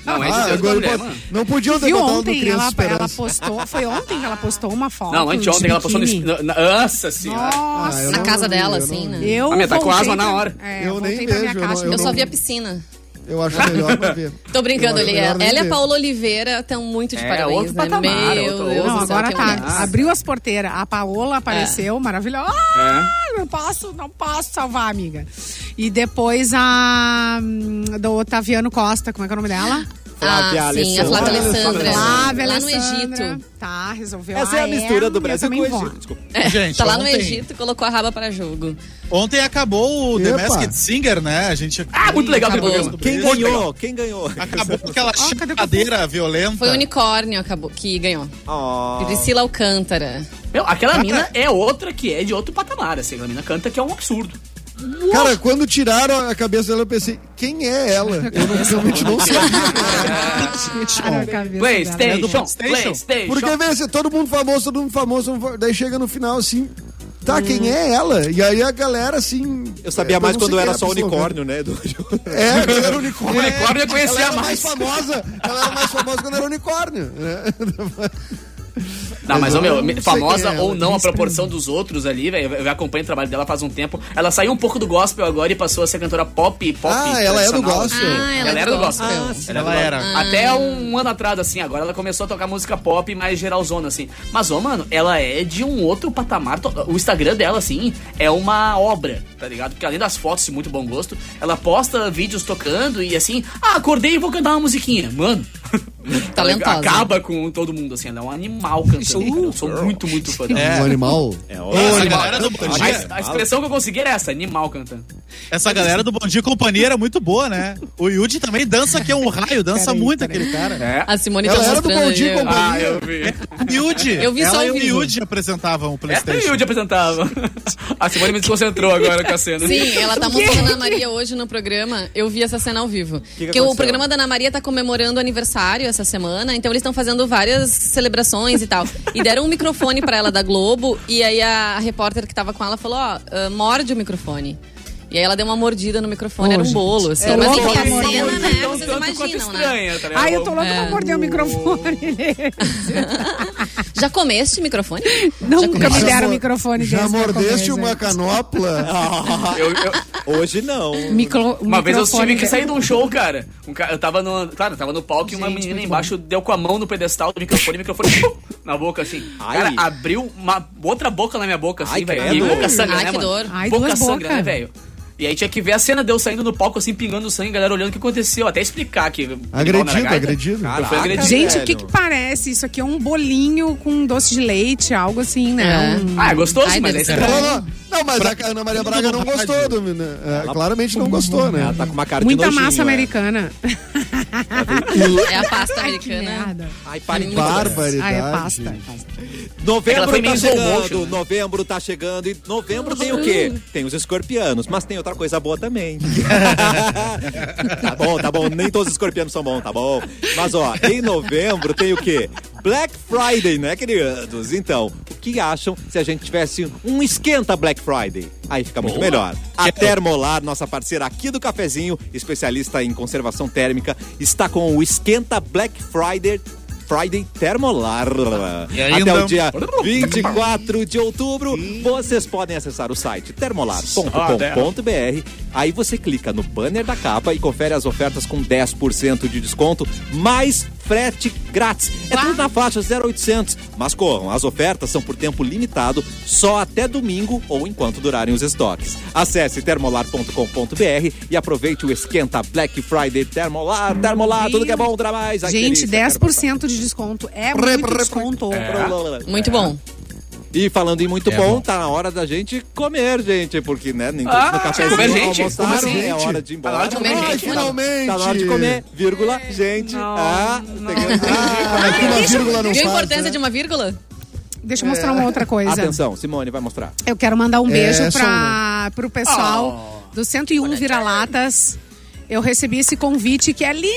S3: Não é de
S4: Ah,
S3: Deus,
S4: agora
S3: meu
S4: eu
S3: mulher,
S4: posso-
S3: mano.
S4: Não podiam ter
S2: Viu
S4: botado no
S2: ontem,
S4: Criança
S2: ela, ela
S4: Esperança.
S2: postou, foi ontem que ela postou uma foto.
S4: um
S3: Não, anteontem
S2: de
S3: ela passou
S2: biquíni.
S3: no. na- Nossa, assim.
S2: Nossa,
S4: Ah, eu
S5: na
S4: não
S5: casa
S4: vi,
S5: dela,
S4: eu não
S5: assim,
S4: vi.
S5: né?
S2: eu
S3: Ah, mas tá com
S2: voltei
S3: asma na
S2: pra-
S3: hora.
S2: É, eu
S4: Eu nem
S2: voltei pra minha
S4: vejo, eu
S2: caixa.
S4: não-
S5: Eu só
S4: não-
S5: vi a piscina.
S4: Eu acho melhor não ver.
S5: Tô brincando,
S4: Eu acho
S5: ele
S4: melhor
S5: é.
S4: não
S5: Ela e a
S4: ver.
S5: Paula Oliveira estão muito de
S3: É,
S5: parabéns,
S3: outro
S5: né?
S3: patamar,
S5: Meu
S3: outro-
S5: Deus
S2: Não,
S5: do céu,
S2: agora
S5: que Ah,
S2: tá.
S5: É. mulher.
S4: Ah,
S2: Abriu as porteiras. A Paola apareceu, maravilhosa.
S5: É.
S2: Ah, Não posso, não posso salvar, amiga. E depois a hum, do Otaviano Costa, como é que é o nome dela?
S1: Flávia
S5: Ah, sim, a
S1: Alessandra.
S5: Flávia
S1: Flávia
S5: Alessandra. Tá
S2: Flávia
S5: Lá no
S2: Alessandra.
S5: Egito.
S2: Tá, resolveu.
S1: Essa é a
S2: Ah,
S1: mistura do
S2: eu
S1: Brasil com
S2: também
S1: o
S2: vou.
S1: Egito. Desculpa.
S6: Gente,
S5: Tá lá no
S6: ontem-
S5: Egito, colocou a raba pra jogo.
S6: Ontem acabou o The
S4: Epa.
S6: Masked Singer, né? A gente
S3: Ah, muito legal aquele
S5: Acabou.
S3: programa.
S1: Quem
S6: Muito legal.
S1: ganhou? Quem ganhou?
S6: acabou com aquela
S2: cadê que eu
S6: chacadeira violenta.
S3: Tá.
S5: Foi o unicórnio acabou, que ganhou.
S1: Oh.
S5: Priscila Alcântara.
S3: Meu, aquela mina é outra que é de outro patamar, assim. Aquela mina canta que é um absurdo.
S4: Cara, quando tiraram a cabeça dela, eu pensei, quem é ela? Eu não, realmente não sabia.
S2: Cara, a cabeça dela.
S5: é
S3: PlayStation,
S6: PlayStation.
S3: PlayStation.
S4: Porque vê assim, todo mundo famoso, todo mundo famoso, todo mundo famoso. daí chega no final assim, tá,
S2: Hum.
S4: quem é ela? E aí a galera assim.
S1: Eu sabia mais
S4: não sei
S1: quando
S4: quem
S1: era
S4: é a
S1: só
S4: pessoa,
S1: unicórnio, né? Edu?
S4: né? É, quando era unicórnio. É,
S3: O unicórnio eu
S4: ela
S3: conhecia
S4: era
S3: mais.
S4: mais famosa. Ela era mais famosa quando era unicórnio. né?
S3: Não, mas, ô, meu,
S4: Eu não sei
S3: famosa
S4: quem é
S3: ou
S4: ela,
S3: não, a
S4: mas pra
S3: proporção dos outros ali, velho. Eu acompanho o trabalho dela faz um tempo. Ela saiu um pouco do gospel agora e passou a ser cantora pop, pop.
S4: Ah, ela é do
S3: tradicional.
S4: gospel.
S5: Ah, ela
S3: Ela
S5: é
S3: era
S5: do
S3: do gospel.
S5: gospel.
S3: é do
S6: Ela
S3: gospel. Até um ano atrás, assim, agora ela começou a tocar música pop mais geralzona, assim. Mas, ô, mano, ela é de um outro patamar. To- O Instagram dela, assim, é uma obra, tá ligado? Porque além das fotos de muito bom gosto, ela posta vídeos tocando e assim, ah, acordei e vou cantar uma musiquinha. Mano,
S5: Talentosa.
S3: Acaba com todo mundo, assim. Ela é um animal cantando. cara. Eu sou muito, muito fã dela.
S4: Um animal.
S1: É,
S4: Ô,
S1: olha,
S6: Essa
S4: animal.
S6: galera do Bom
S3: A,
S6: Dia,
S3: a expressão que eu consegui era essa, animal cantando.
S6: essa galera do Bom Dia e Companhia era muito boa, né? O Yudi também dança que é um raio, dança muito aquele cara.
S3: É.
S5: A Simone
S4: Ela
S5: tá
S4: era do
S5: mostrando
S4: Bom Dia
S5: ali, ó.
S4: Companhia.
S3: Ah, eu vi.
S6: O Yudi,
S5: Eu vi
S6: ela
S5: só ao
S6: e o
S5: vivo.
S6: Yudi
S1: É,
S6: apresentavam o
S3: Essa
S6: PlayStation.
S3: eu te apresentava. A Simone me desconcentrou agora com a cena.
S5: Sim, ela tá mostrando a Ana Maria hoje no programa. Eu vi essa cena ao vivo.
S1: que
S5: Porque
S1: aconteceu?
S5: o programa da Ana Maria tá comemorando o aniversário essa semana, então eles estão fazendo várias celebrações e tal. E deram um microfone pra ela da Globo, e aí a repórter que tava com ela falou: ó, ah, morde o microfone. E aí ela deu uma mordida no microfone, era um bolo, assim.
S2: É
S5: Mas
S2: louco,
S5: enfim, a
S2: amor.
S5: cena, né,
S3: Então,
S5: vocês
S3: tanto quanto
S5: imaginam, né?
S3: estranha, tá ligado?
S2: Ai, eu tô louca
S5: É.
S2: pra morder o microfone. né?
S5: Já comeste microfone?
S2: Nunca me
S4: Já
S2: deram o
S4: mor-
S2: microfone
S4: Já
S2: desse pra
S4: mordeste
S2: comer,
S4: uma
S2: gente.
S4: canopla?
S1: Ah, um
S3: Eu- eu-
S1: Hoje não.
S2: Micro,
S3: uma vez eu tive que sair
S2: saindo.
S3: de um show, cara. Um ca- Eu tava no. Claro, eu tava no palco e uma
S2: Gente,
S3: menina
S2: muito
S3: embaixo deu com a mão no pedestal do microfone, o microfone pum, na boca, assim.
S1: Ai.
S3: Cara, abriu uma outra boca na minha boca, assim,
S1: Ai,
S3: velho.
S1: credo.
S3: E boca sangra,
S5: Ai,
S3: né,
S5: que
S3: mano?
S5: dor.
S2: Ai,
S3: boca
S2: duas
S3: sangra,
S2: boca.
S3: né, velho? E aí tinha que ver a cena de eu saindo do palco, assim, pingando sangue, a galera olhando o que aconteceu. Até explicar que. Mal na
S4: Agredido,
S3: gaita.
S4: agredido.
S3: Eu fui agredido.
S2: Gente,
S1: velho.
S2: o que que parece? Isso aqui é um bolinho com doce de leite, algo assim, né?
S5: É.
S2: Um-
S3: Ah, é gostoso,
S5: Ai,
S3: mas
S5: deve
S3: aí você
S5: ser.
S4: Não, não, não, mas a Ana Maria Braga não gostou do. né? É, claramente não gostou, né?
S1: tá Ela tá com uma cara
S2: Muita
S1: de nojinho,
S2: massa
S1: é.
S2: americana.
S5: É a pasta
S2: Ai, que
S5: americana.
S2: merda.
S1: Ai, pare com
S4: Barbaridade.
S2: Ah, é pasta. é pasta.
S3: Ela
S1: Novembro
S3: foi
S1: tá
S3: meio
S1: chegando,
S3: slow motion, né? Uhum.
S1: novembro tá chegando e novembro tem o quê? Tem os escorpianos, mas tem outra coisa boa também. tá bom, tá bom, nem todos os escorpianos são bons, tá bom? Mas ó, em novembro tem o quê? Black Friday, né, queridos? Então, o que acham se a gente tivesse um esquenta Black Friday? Aí fica muito melhor. A Termolar, nossa parceira aqui do cafezinho, especialista em conservação térmica, está com o esquenta Black Friday Friday Termolar.
S6: E ainda-
S1: Até o dia 24 de outubro, vocês podem acessar o site termolar.com.br. Aí você clica no banner da capa e confere as ofertas com 10% de desconto, mais frete grátis. É tudo na faixa 0800. Mas corram, as ofertas são por tempo limitado, só até domingo ou enquanto durarem os estoques. Acesse termolar.com.br e aproveite o esquenta Black Friday Termolar. Termolar, tudo que é bom, dá mais. Ai,
S2: Gente,
S1: delícia, quero
S2: 10% de desconto. É muito desconto.
S1: é.
S5: Muito bom.
S1: E falando em muito
S6: É
S1: bom,
S6: bom.
S1: tá na hora da gente comer, gente. Porque, né, nem todos
S3: Ah,
S1: no cafezinho
S3: comer gente?
S1: almoçaram,
S4: Como assim?
S1: é hora de ir embora.
S3: Tá na hora de comer
S4: Ai,
S3: gente.
S4: finalmente!
S1: Tá na hora de comer, vírgula, gente.
S3: Não,
S1: ah,
S3: não.
S1: tem que- Ah,
S4: Aqui uma vírgula não
S5: Viu a
S4: faz,
S5: importância
S4: né?
S5: de uma vírgula?
S2: Deixa eu mostrar uma outra coisa.
S1: É. Atenção, Simone vai mostrar.
S2: Eu quero mandar um beijo
S4: Essa
S2: para pro pessoal do 101 Vira-Latas. Eu recebi esse convite que é lindo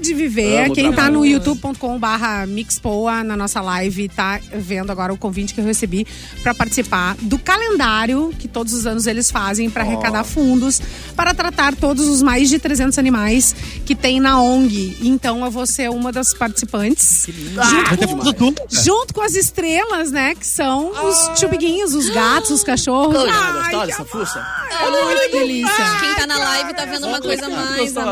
S2: de viver.
S3: Amo
S2: Quem tá
S3: trabalho.
S2: no youtube.com/barra mixpoa na nossa live tá vendo agora o convite que eu recebi para participar do calendário que todos os anos eles fazem para arrecadar fundos para tratar todos os mais de 300 animais que tem na ONG. Então eu vou ser uma das participantes.
S6: Vai ter fundo duplo, cara.
S2: Junto com as estrelas, né? Que são
S5: Ah.
S2: os chubiguinhos, os gatos, os cachorros.
S3: Olha,
S2: Ai,
S3: gostosa
S2: que
S3: essa
S2: amor.
S3: fuça.
S2: Ai, que delícia.
S5: Quem tá na live tá vendo uma coisa mais amada.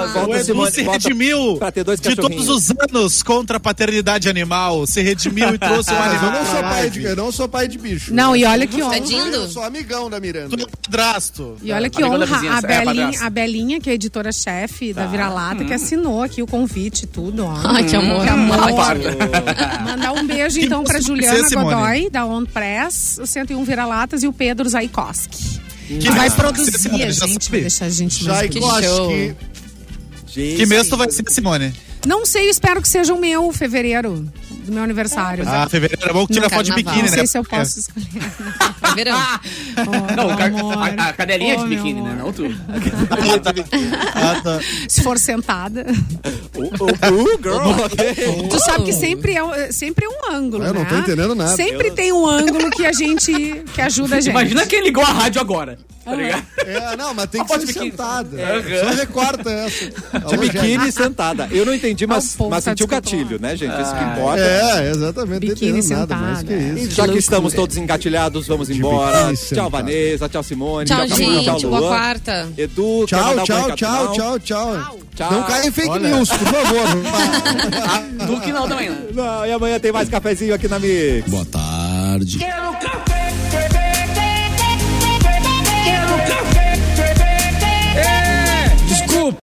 S6: O
S1: Volta,
S6: Edu
S1: Simone,
S6: se
S1: volta
S6: redimiu
S1: pra ter dois
S6: de todos
S1: cachorrinhos.
S6: os anos contra a paternidade animal. Se redimiu e trouxe um
S4: Ah, mas eu
S6: animal.
S4: não sou
S6: pra
S4: pai
S6: live.
S4: de, eu não sou pai de bicho. né?
S2: Não, e olha que
S5: Tá
S2: honra.
S5: de-
S4: Eu sou amigão da Miranda.
S6: Tu é padrasto.
S2: E olha que
S3: Amigão da
S2: honra a
S3: vizinhança. É,
S2: Belinha,
S3: padrasto.
S2: a Belinha, que é editora-chefe
S6: Tá.
S2: da Vira-Lata,
S6: Hum.
S2: que assinou aqui o convite e tudo, ó.
S5: Ai, que amor.
S2: Que amor.
S5: Ai,
S2: Mandar um beijo, então, pra
S6: Que
S2: Juliana
S6: você, é Simone.
S2: Godoy, da On Press, o 101 Vira-Latas e o Pedro Zaikoski. Que vai
S6: mês tu
S2: produzir
S6: vai ser,
S2: a
S6: Simone?
S2: gente,
S6: Já
S2: vai
S6: sabe?
S2: deixar a gente mais
S4: Jai
S2: bonita.
S5: show.
S4: Koski.
S1: Gente,
S6: Que mês tu vai ser, Simone?
S2: Não sei, espero que seja o meu, fevereiro, do meu aniversário.
S6: Ah, fevereiro é bom que tira
S5: No
S6: foto de
S5: carnaval.
S6: biquíni,
S2: Não
S6: né?
S2: sei se eu posso escolher.
S5: É verão.
S2: Oh,
S3: Não, o ca-
S2: amor.
S3: a, a cadelinha
S2: Oh,
S3: de
S2: meu
S3: biquíni, né?
S2: amor.
S3: Não tu.
S6: Ah, tá. Ah, tá.
S2: Se for sentada.
S1: Uh, uh, uh, girl, ok.
S2: Tu sabe que sempre é, um- sempre é um ângulo,
S4: Eu não
S2: né?
S4: tô entendendo nada.
S2: Sempre tem um ângulo que a gente... que ajuda a gente.
S3: Imagina quem ligou a rádio agora, tá ligado?
S4: É, não, mas tem
S3: Ah,
S4: que
S3: pode
S4: ser
S3: biquíni.
S4: sentada.
S3: É.
S4: Só recorta essa.
S1: De biquíni sentada. Eu não entendi,
S2: Ah,
S1: mas,
S3: É um
S2: o povo
S1: mas
S2: tá
S1: senti o
S2: descontrolado.
S1: gatilho, né, gente? Isso que importa.
S4: É, exatamente. tem
S2: Biquíni
S4: entendendo nada,
S2: sentada.
S4: mas que isso.
S1: E Já que estamos todos engatilhados, vamos embora.
S4: biquíni
S1: Tchau,
S4: sentada.
S1: Vanessa. Tchau, Simone.
S5: Tchau,
S1: Camila,
S5: gente. Boa
S1: Luan.
S5: quarta.
S1: Edu, quer mandar
S4: Tchau,
S1: um
S4: tchau,
S1: recado
S4: tchau,
S1: final?
S4: tchau, tchau.
S1: Tchau.
S4: Não caia em fake news, por favor.
S3: Tu que não também, né?
S1: Não, e amanhã tem mais cafezinho aqui na Mix.
S7: Boa tarde.
S8: Quero café!